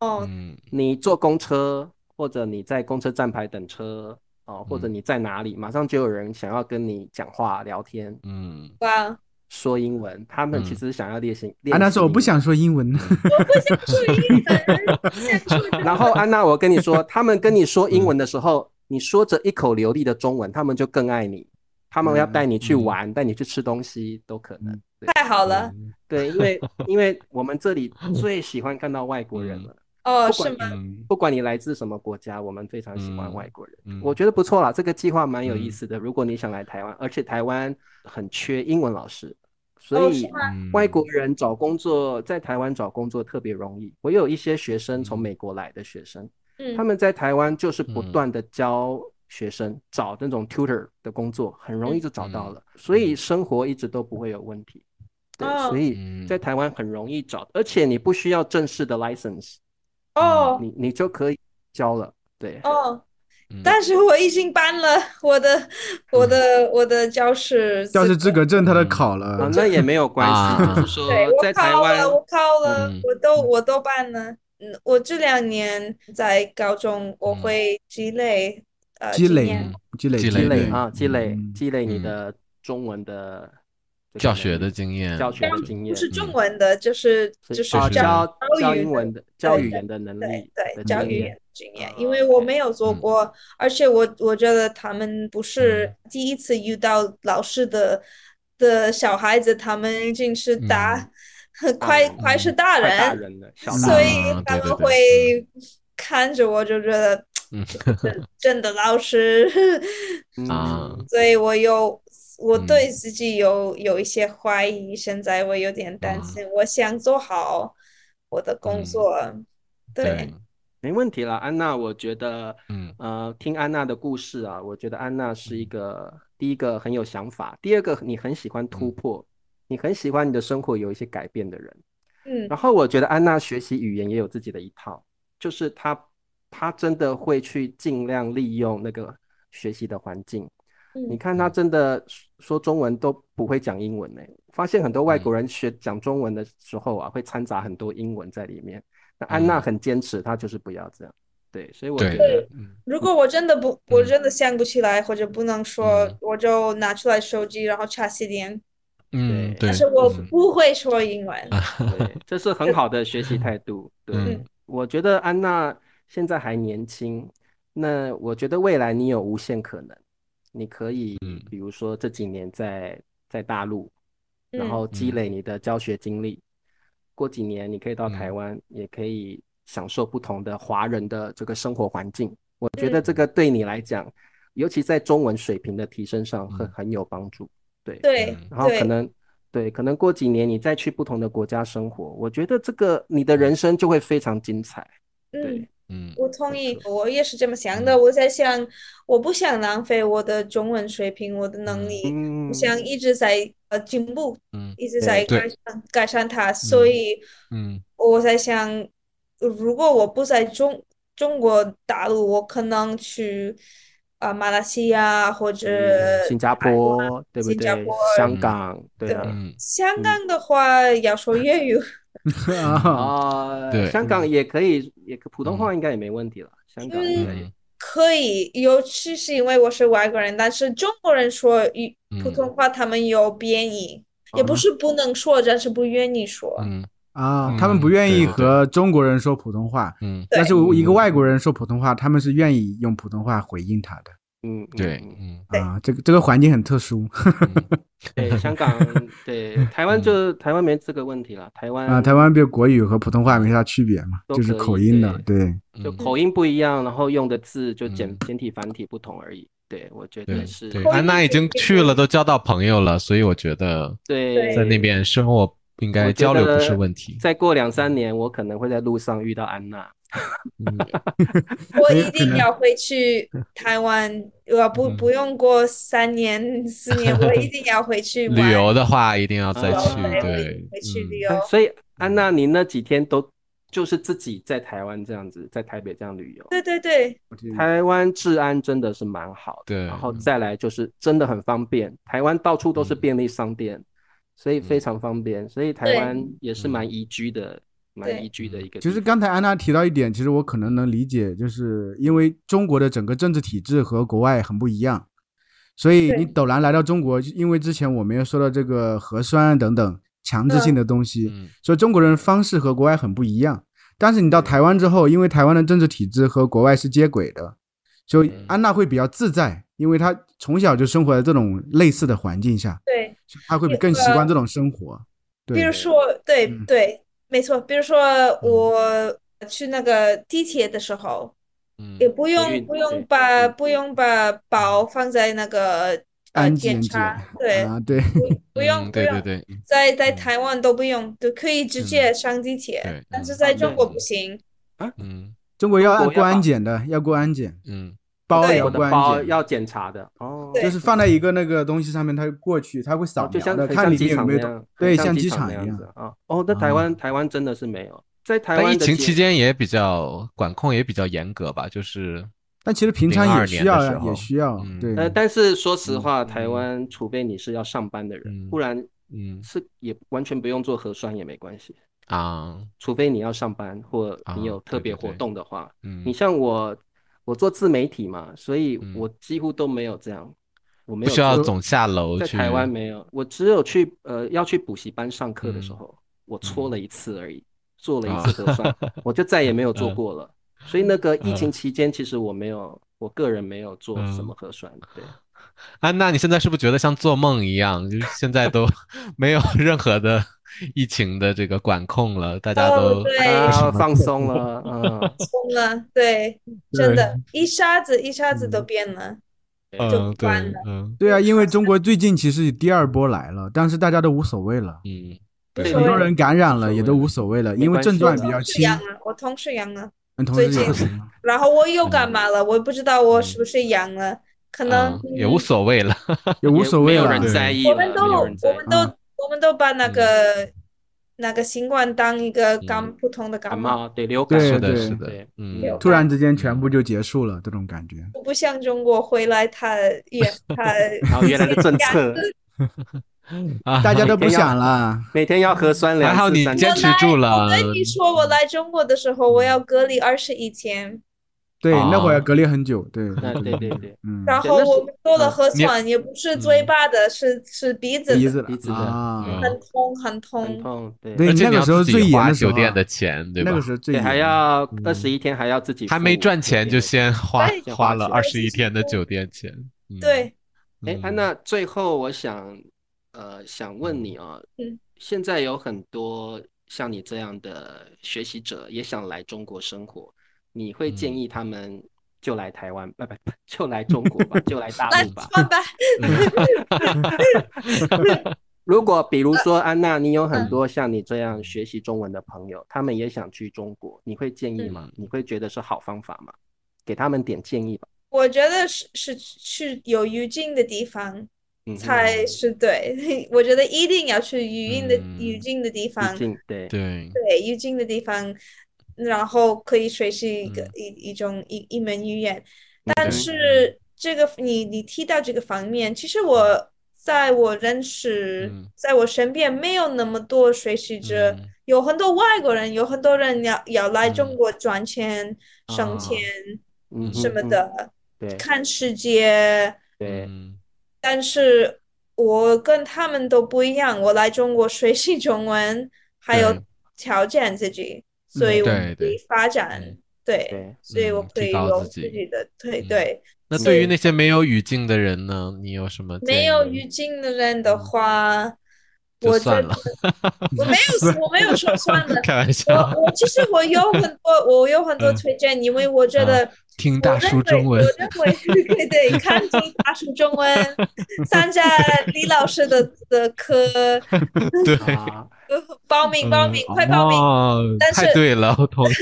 哦，嗯你坐公车，或者你在公车站牌等车，哦，或者嗯你在哪里，马上就有人想要跟你讲话聊天，嗯，哇，说英文。他们其嗯实想要练习。安娜练习说我不英想说英 文，我不想说英文， 我想说 文。然后安娜，我跟你说，他们跟你说英文的时候，你说着一口流利的中文，他们就更爱你。他们要带你去嗯嗯嗯玩，带你去吃东西都可能。太好了，对，因为因为我们这里最喜欢看到外国人嗯了。哦，不是管吗？嗯不管你来自什么国家，我们非常喜欢外国人，嗯嗯我觉得不错啦，这个计划蛮有意嗯思的。如果你想来台湾，而且台湾很缺英文老师，所哦，是以吗？嗯外国人找工作在台湾找工作特别容易。我有一些学生从嗯美国来的学生，嗯，他们在台湾就是不嗯断的教学生找那种 tutor 的工作，很容易就找到嗯了，所以生活一直都不会有问题。对，哦所嗯以在台湾很容易找，而且你不需要正式的 license。哦你你就可以交了。对，哦，嗯但是我已经搬了我嗯的我的我的教室教师资资格证他都考了啊，，那也没有关系，啊就是说对，哦在我台考湾了，，我考了，嗯我都我都办了。嗯，我这两年在高中，我嗯会积累呃积经累验，积累积积累对啊，积累嗯积累你嗯的中文的这个教能学的力经验，教学的对经不验，是中嗯文的，就是所以就是啊是教教语英的文的教对语对言的能对力对的，教经语验言。经验啊，因为我，OK 没有做嗯过，而且我我觉得他们不是第一次遇到老师的的小孩子，他们已经是大， 快快是大快大人，人了，小大所人以啊他对们对对会看着我就觉得嗯真真的老师， 嗯啊所以我有我嗯对自己有有一些怀疑，现在我有点担啊心，我想做好我的工嗯作，对，，没问题了，安娜，我觉得，嗯呃，听安娜的故事啊，我觉得安娜是一个，第一个很有想法，第二个你很喜欢突破，你很喜欢你的生活有一些改变的人。嗯然后我觉得安娜学习语言也有自己的一套，就是她她真的会去尽量利用那个学习的环境。你嗯看她嗯真的说说中文都不会讲英文呢、发现很多外国人学讲中文的时候啊，会掺杂很多英文在里面。那安娜嗯很坚持，她就是不要这样。对，所以我觉对得， 嗯如果我真的不，我嗯真的想不起来或者不能说嗯，我就拿出来手机，然后查词典。嗯对啊但对，是我嗯不会说英文。对，这是很好的学习态度。对，嗯我觉得安娜现在还年轻，那我觉得未来你有无嗯限可能，你可以，比如说这几年在在大陆，然后积嗯累你的教学经历。过几年你可以到嗯台湾，也可以享受不同的华人的这个生活环境。我觉嗯得这个对你来讲，尤其在中文水平的提升上，很嗯很有帮助。对，对嗯然后对可能对，可能过几年你再去不同的国家生活，我觉得这个你的人生就会非常精彩。嗯对，，嗯我同没意，错我也是这么想的。嗯我在想，我不想浪费我的中文水平，我的能嗯力，嗯我想一直在呃进步，嗯一直对在对改善改善它。所嗯以嗯我在想，如果我不在中中国大陆，我可能去啊、呃马来西亚或者嗯新加泰国啊坡，对不新加对坡？香嗯港，对啊，嗯，香港的话要说粤语， 啊，啊，对香港也可以，也可普通嗯话应该也没问题了。香港应该也嗯可以，尤其是因为我是外国人，但是中国人说语普嗯通话，他们有变音，也不啊是不能说，但是不愿意说。嗯啊，嗯他们不愿意对对对和中国人说普通话，嗯，对但是我一个嗯外国人说普通话，他们是愿意用普通话回应他的嗯，嗯对，嗯嗯对啊。这个这个环境很特殊嗯对，香港，对， 台湾就台湾没这个问题了，台湾啊，台湾比国语和普通话没啥区别嘛，嗯都就是可以口音的，对， 就嗯口音不一样，然后用的字就简嗯简体繁体不同而已。对，我觉对得是，对，口安音娜已是经这去个了，都交到朋友了，所以我觉得对，在那边生活应我该觉交流不得是问题。再过两三年，我可能会在路上遇到安娜。嗯很我一有哎可定能要回去台湾，我不嗯不用过三年四年，我一定要回去旅玩。游的话一定要再啊去，对，我一对定，回去嗯旅哎游。所以安娜，你那几天都就是自己在台湾这样子，在台北这样旅游。对对对，台湾治安真的是蛮好的，对然后再来就是真的很方便，台湾到处都是嗯便利商店，所以非常方便，所以台湾也是蛮宜居的，蛮对宜居的一个地方。其实刚才安娜提到一点，其实我可能能理解，就是因为中国的整个政治体制和国外很不一样，所以你对陡然来到中国，因为之前我们也说到这个核酸啊等等强制性的东西，嗯所以中国人方式和国外很不一样。但是你到对台湾之后，因为台湾的政治体制和国外是接轨的，所嗯以安娜会比较自在，因为她从小就生活在这种类似的环境下，对，所以她会更习惯这种生活。比对如，说，对嗯对，没错，比如说我去那个地铁的时候，嗯也不用运不对用把嗯不用把包放在那个呃安检检查，对，啊，对， 不不嗯用不对对用对，嗯在在嗯台湾都不用，都可以直接上地铁，对但是嗯在嗯中国不对行。嗯中国要中按国过要安把检的，要过安检，嗯包对也我要的过包安检，要检查的哦，对就是放在一个那个东西上面，它会过去，它会扫哦就描像的，很看像里面机有场没有那东样，对，很像像机机场那一样样子。啊。哦，那台湾台湾真的是没有，在台但湾疫的情街期间也比较管控也比较严格吧，就是但其实平常也02需年的要时呀，也候需要嗯，对，呃，但是说实话，嗯台湾除非你是要上班的人，嗯不然嗯是也完全不用做核酸也没关系。啊除非你要上班或啊你有特对别对活对动的话，你嗯像我，我做自媒体嘛，所以嗯我几乎都没有这样，我没不有需要做总下楼在去台湾没有，我只有去呃要去补习班上课的时嗯候，我搓嗯了一次而已，做了一啊次核酸，我就再也没有做嗯过了。所以那个疫情嗯期间，其实我没有，我个人没有做什嗯么核酸，对。安娜，啊你现在是不是觉得像做梦一样？就是现在都 没有任何的疫情的这个管控了，大家哦都，对，啊，放松了，嗯， 疯了，对，真的，一下子一下子都变了。嗯，对关了，嗯对啊，因为中国最近其实有第二波来了，但是大家都无所谓了，嗯，无对所很多谓人感染了无所谓也都无所谓了，没因为关系症状比了较同事轻，阳了，我同事阳了，嗯，同最时也近是然后我又感冒了，我也不知道我是不是阳了，可能啊也无嗯所谓了，也无也所没谓有了，人对在意我了们都没有人在我意。们都啊我们都把那嗯个那个新冠当一个感嗯普通的感感冒，冒，对，流感，对是的，对是的对，嗯，流突感然之间全部就结束了，这种感觉。我不像中国回来他也他然后原来的政策，啊，大家都每不天要 想了，每天要核酸两还好次、你三坚次持，住了， 我跟你说，我来中国的时候，我要隔离二十一天，对，那会儿啊隔离很久，对， 那哎对对对，嗯，然对后那是我们做了嗯核你酸，也不是嘴嗯巴的，是是鼻子鼻的，子鼻子的啊嗯，很痛很很痛。痛，对对而且那你个要时候自己最严花的时酒候店啊的钱，对吧那个？时候最对，严还要嗯二十一天还要自己还没付赚酒钱店就的先花对先花花了钱二十一天的酒店钱，嗯，对，啊哎，安嗯娜，最后我想呃，想问你啊、嗯，现在有很多像你这样的学习者也想来中国生活，你会嗯建议他们就来台湾，呃不不、 不就来中国吧，就来大来陆 吧。 换吧，如果比如说安娜，你有很多像你这样学习中文的朋友，他们也想去中国，你会建议嗯吗？你会觉得是好方法吗？给他们点建议吧。我觉得是是是有语境的地方嗯，才是对， 我觉得一定要去语音的嗯语境的地方毕，竟对，对，对，语境的地方，然后可以学习一个、一一种一一门语言。但嗯是这个你你提到这个方面，其实我在我认识，嗯在我身边没有那么多学习者，嗯有很多外国人，有很多人要要来中嗯国赚钱、啊省钱嗯什么嗯，的，对看世界。对，嗯但是我跟他们都不一样，我来中国学习中文，还有对嗯挑战自己，所以我对可以对发展，嗯对， 对所以我嗯可提以高有自自己己的，对嗯对。那所对于以那些没有语境的人呢，你有什么建没议有吗语境的人的话，就我算觉了，，得我没有我没有说算了 开玩笑， 我我其实我有很多我有很多嗯啊推荐，因为我觉得。听我大认叔为中文我，认为 对对，看听大叔中文， 参加李老师的的课，对，啊，报名报名，嗯快报名！哦但太是对了，我 同意。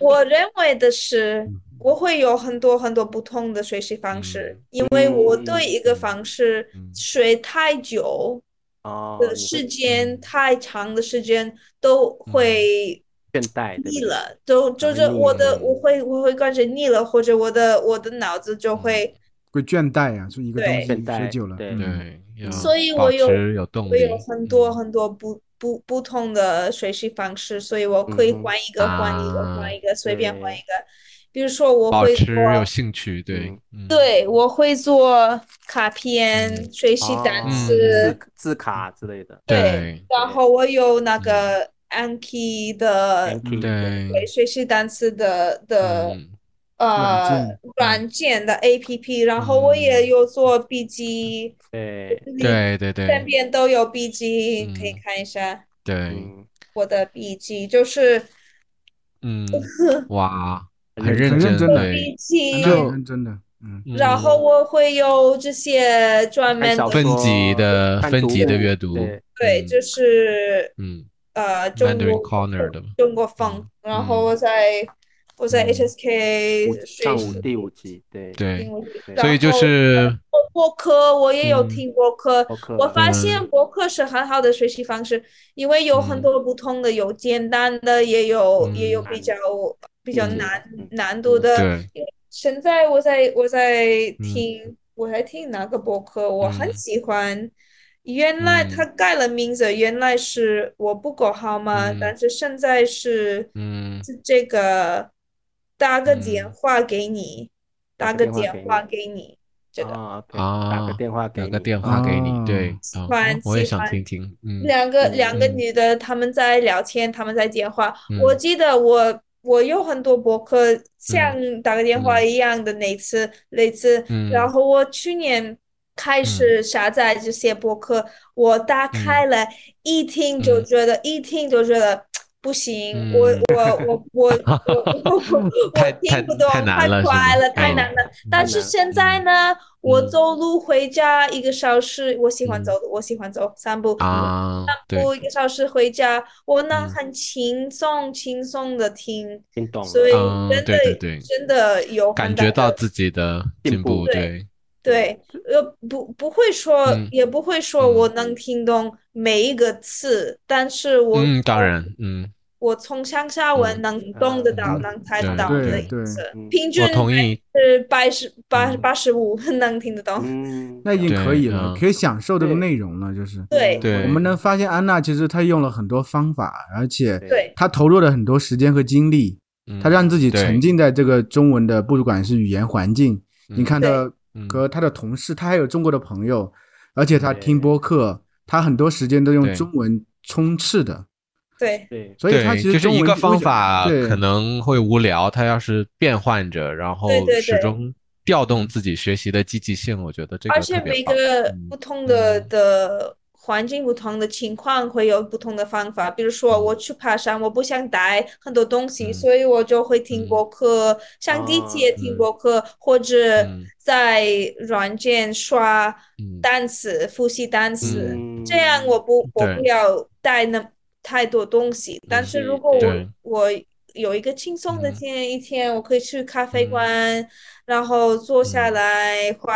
我认为的是，嗯我会有很多很多不同的学习方式，因为我对一个方式嗯学太久哦，的你时会间、嗯太长的时间都会倦怠，对不腻对？了，都就是我的嗯我会我会感觉腻了，或者我的我的脑子就会。会倦怠啊，说一个东对西倦学怠久了，对嗯，对，要 所以保我有持有动我有力很多嗯很多不不不同的学习方式，所以我可以嗯哼换一个换一个换啊一个，随便换对一个。比如说我保会持做有兴趣，对，嗯，对，我会做卡片，嗯学习单哦词，字字卡之类的，对然后我有那个 Anki 的 Anki 对，学习单词的的嗯呃软件软件的 APP，然后我也嗯有做笔记，对，你对对对身边都有笔记，可以嗯看一下。对，嗯，我的笔记，就是嗯， 哇，很很认认真真，很认真的对，笔记，那很认真的，嗯，然后我会有这些看专门小的，分级说的看分读级的物阅读对，对，就是嗯呃中，Mandarin 国 Corner 的，中国风嗯，然后我在我在嗯 HSK 五学上习午第五集，对，对英，文，对所以就然后是播客我也有嗯听播客，播客我发现嗯播客是很好的学习方式，因为有很嗯多不同的，有简单的，也有也有嗯比较比较嗯难嗯难度的。对，现在我在我在听我在听哪个播客，我很嗯喜欢。原来他改了名字，原来是我不够好吗？嗯但是现在是嗯是这个打个电嗯话给你，打打个个电话电话给你，这个啊，OK，打个啊，电话给打个你电话给你哦，对，啊欢我也喜想欢听听，嗯两个嗯两个嗯女的，她们在聊天，她们在电话。嗯我记得我我有很多博客，像打个电话一样的那次那次。嗯然后我去年开始下载这些博客，我打开了，一听就嗯觉得，一听就觉得不行，我嗯我我我我我我太太听不懂，太难了是快吗了，太嗯难了。但是现在呢，我走路回家一个小时，我喜欢走路，我喜欢走散步，嗯啊，对，我一个小时回家，我能嗯很轻松轻松的听，听懂所以了，啊嗯真对的对对真的有感很大觉到的自己的进进步步，对对，对，呃，不不会说，嗯也不会说嗯我能听懂每一个词，但是我嗯，当然，嗯，我从上下文嗯能懂得到，嗯能猜对得到对的意对思嗯，平均我同意，是八十八嗯八十五 能听得懂，嗯，那已经可以对了嗯，可以享受这个对内容了，就是。对对我们能发现安娜其实她用了很多方法，而且对她投入了很多时间和精力，嗯她让自己对沉浸在这个中文的，不管是语言环境，你嗯看她嗯和她的同事，她还有中国的朋友，而且她听对播客，她很多时间都用对中文充斥的，对对，所以她对其实就是中一文个为方什法对可能会无聊，它要是变换着，然后对对始对终调动自己学习的积极性，我觉得这个而特且别每棒。个嗯不同的的环境、不同的情况会有不同的方法。比如说，我去爬山，我不想带很多东西，嗯所以我就会听嗯播客，上地啊铁听嗯播客，或者嗯在软件刷嗯单词、复习单词。嗯这样我不我对嗯不要带那太多东西，但是是如果对我我有一个轻松的嗯天一天，我可以去咖啡嗯馆，然后坐下嗯来花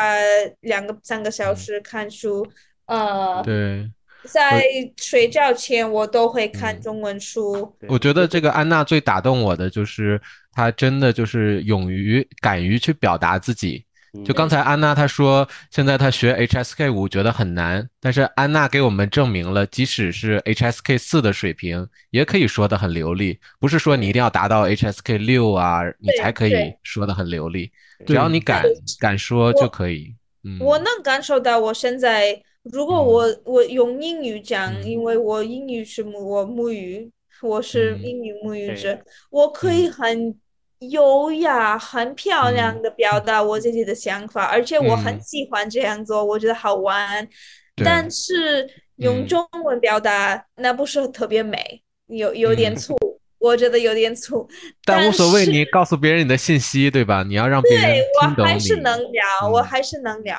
两个三个小嗯时看书，呃，对，在睡觉前我都会看嗯中文书，对我觉得这个安娜最打动我的就是她真的就是勇于敢于去表达自己。嗯嗯就刚才安娜她说，现在她学 HSK 五觉得很难，但是安娜给我们证明了，即使是 HSK 四的水平，也可以说得很流利。不是说你一定要达到 HSK 六啊，你对才可以对说得很流利，对只要你敢对敢说我就可以。嗯，我能感受到我现在，如果我我用英语讲，嗯因为我英语是母我母语，我是嗯英语母语对者，我可以很优雅、很漂亮嗯的表达我自己的想法，而且我很嗯喜欢这样做，我觉得好玩。对但是用嗯中文表达那不是特别美，有有嗯点粗，我觉得有点粗，但无但所谓，是你告诉别人你的信息，对吧？你要让别人听我懂还是你。能聊，我嗯还是能聊。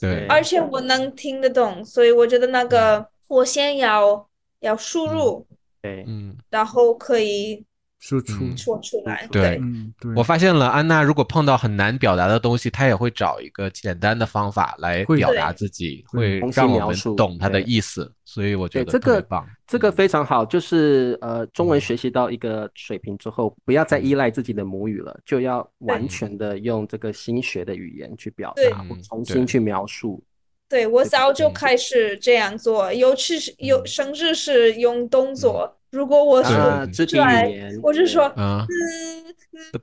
对嗯而且我能听得懂，所以我觉得那个我先要要输入，对嗯，然后可以输出，嗯说出来。对对，嗯，对，我发现了，安娜如果碰到很难表达的东西，她也会找一个简单的方法来会嗯表对达自己，会对重新让我描们述懂她的对意思。所以我觉对得这特别个棒。这个嗯非常好，就是呃，中文嗯学习到一个水平之后，不要嗯再依赖自己的母语了，就要完全的用这个新学的语言去表对达，或嗯重对新去描述。对，我早就嗯开始这样做，尤其是有嗯甚至是用动作。如果我对说，啊，对肢体对语言，我是说，啊，嗯，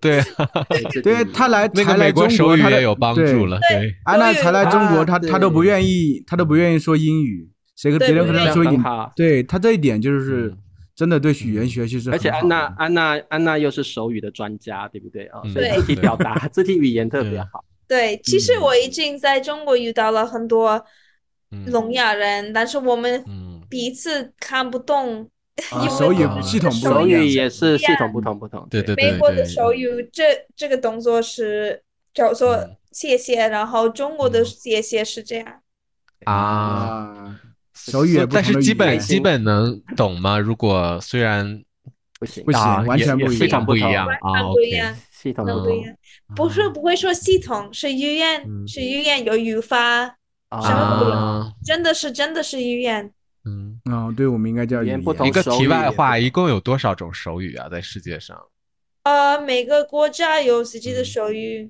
对， 对，对他来那才个来美中国手国，语他的也有帮对助了。对，安娜才来中国，啊她对她都不愿意，她都不愿意说英语，谁跟对别人不跟她愿说意英很好，对她这一点就是嗯真的对语言学习是而且很安娜好的安娜安娜又是手语的专家，对不对啊？嗯所以对肢体表达、肢体语言特别嗯好。对，其实嗯我已经在中国遇到了很多嗯聋哑人，但是我们嗯，彼此看不懂，啊因为手语啊系统不手一语样，也是系统不同不同。对对对美国的手对语，这这个动作是叫做嗯谢谢，然后中国的嗯谢谢是这样。啊，啊，手语也不但同是的基语本言基本能懂吗？如果虽然不行不行啊，完也全也不一非常样不一不同样完啊全不一样，OK，系统那不不一同样，不是不会说系统，是语言，啊嗯是语言有语法，什么不一样啊，真的是真的是语言。嗯。啊，对我们应该叫语言语不言同一 个手题语外也话，不一同共有多少种手语啊？在世界上？呃，每个国家有自己的嗯手语，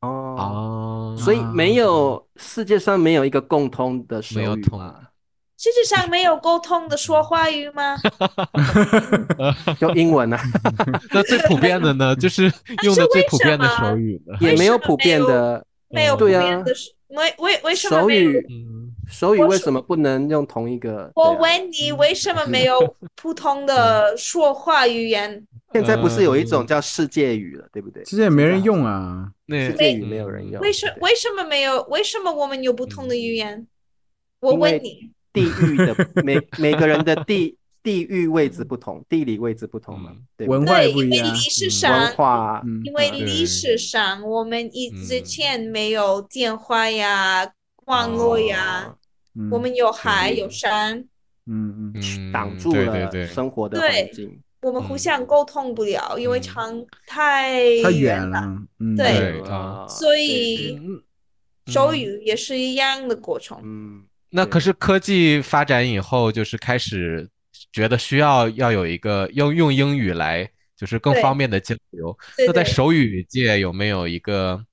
哦。哦，所以没啊有世界上没有一个共通的没有手语通嘛？世界上没有沟通的说话语吗？就英文 啊，那最普遍的 呢，就是啊用的最普遍的手语呢？也没有为什么普遍没有的没有嗯普对遍啊的是，为为为什么手没有？语。嗯手语我为手什么不能用同一个？对我啊问你，为什么没有嗯 普通的说话语言？啊现在不是有一种嗯叫世界语了，对不对？其实也呃没现在人好用啊，那世界语没有人用为什为什么没有？为什么我们有不同的语言？我因为问你，地域 的每每个人的地地域位置不同，地理位置不同嘛嗯，对吧文化对，也因不为一样历，史嗯上文，化啊，嗯因为嗯历史上我们一之嗯前没有电话呀、网络呀，嗯我们有海对有山，嗯嗯嗯挡住对对了对，生活的对环境。我们互嗯相沟通不了，因为嗯长太太远远了，了，嗯对啊所对以对手嗯语也是一样的过程。嗯，那可对是科技发展以后，就是开始觉得需要要有一个要用英语来，就是更对方便的交流。对那在对。手语界有没有一个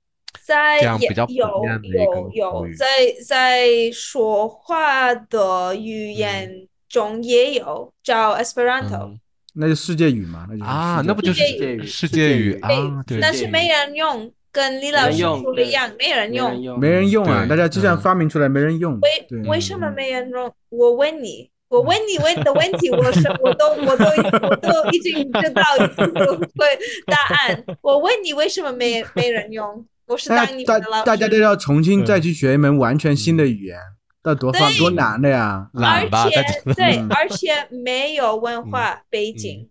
在这样也比较普有遍的一个有口有语在在说话的嗯语言中也有叫 Esperanto，嗯那就世界语嘛，嗯那就是啊？世那界不语就是世界语世世界界语语啊？对，但是没人用，跟李没老人师用说的对一样，没人没人用。用没人用啊，对大家就算嗯发明出来没人用，对，为什么嗯没人用？我问你，我问你问的问题，我是我都我都我都已经知道会答案。我问你为什么没没人用？我是大当你家们的大老大家师都要重新再去学一门完全新的语言，那多方对多难的呀！懒吧，而且大家对嗯，而且没有文化背景，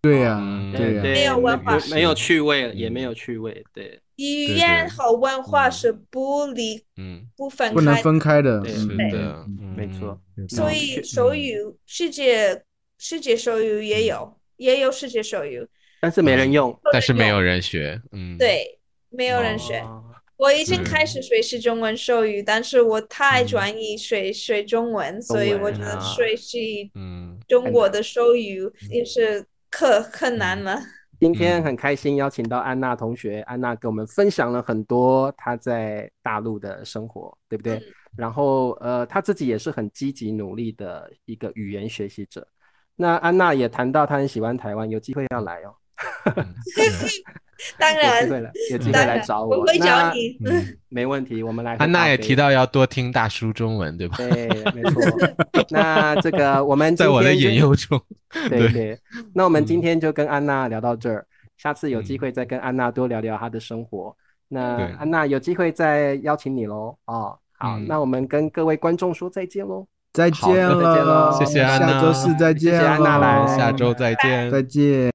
对呀嗯，对啊呀，没有文化没有趣味，也没有趣味，对，语对言对和文化嗯是不离嗯，不分不能开的。分开的。对是嗯的，嗯没错嗯，所以手语世界世界手语也有，也有世界手语，但是没人用。 但是没有人学，嗯，，对，没有人学。哦我已经对开始学习中文手语，但是我太嗯专一学学中文，所以我觉中文得啊学习嗯，中国的手语也是可可难了。今嗯天很开心邀请到安娜同学，安娜给我们分享了很多她在大陆的生活，对不对？嗯然后呃，她自己也是很积极努力的一个语言学习者。那安娜也谈到她很喜欢台湾，有机会要来哦， 嗯当有然机，会来，有机会当来然找我会那找你。嗯没问题，我们来。安娜也提。到要多听大叔中文，对 吧？对，没错。那这个我们今 在我的天就引诱中，对 对对，那我们今嗯天就跟安娜聊到这儿，下次有机嗯会再跟安娜多聊聊她的生活。对那安娜有机会再邀请你喽。哦，好，嗯那我们跟各位观众说再见喽。再好的见再见喽了，谢谢安娜下周四再见谢谢安娜喽来下周再见，再见。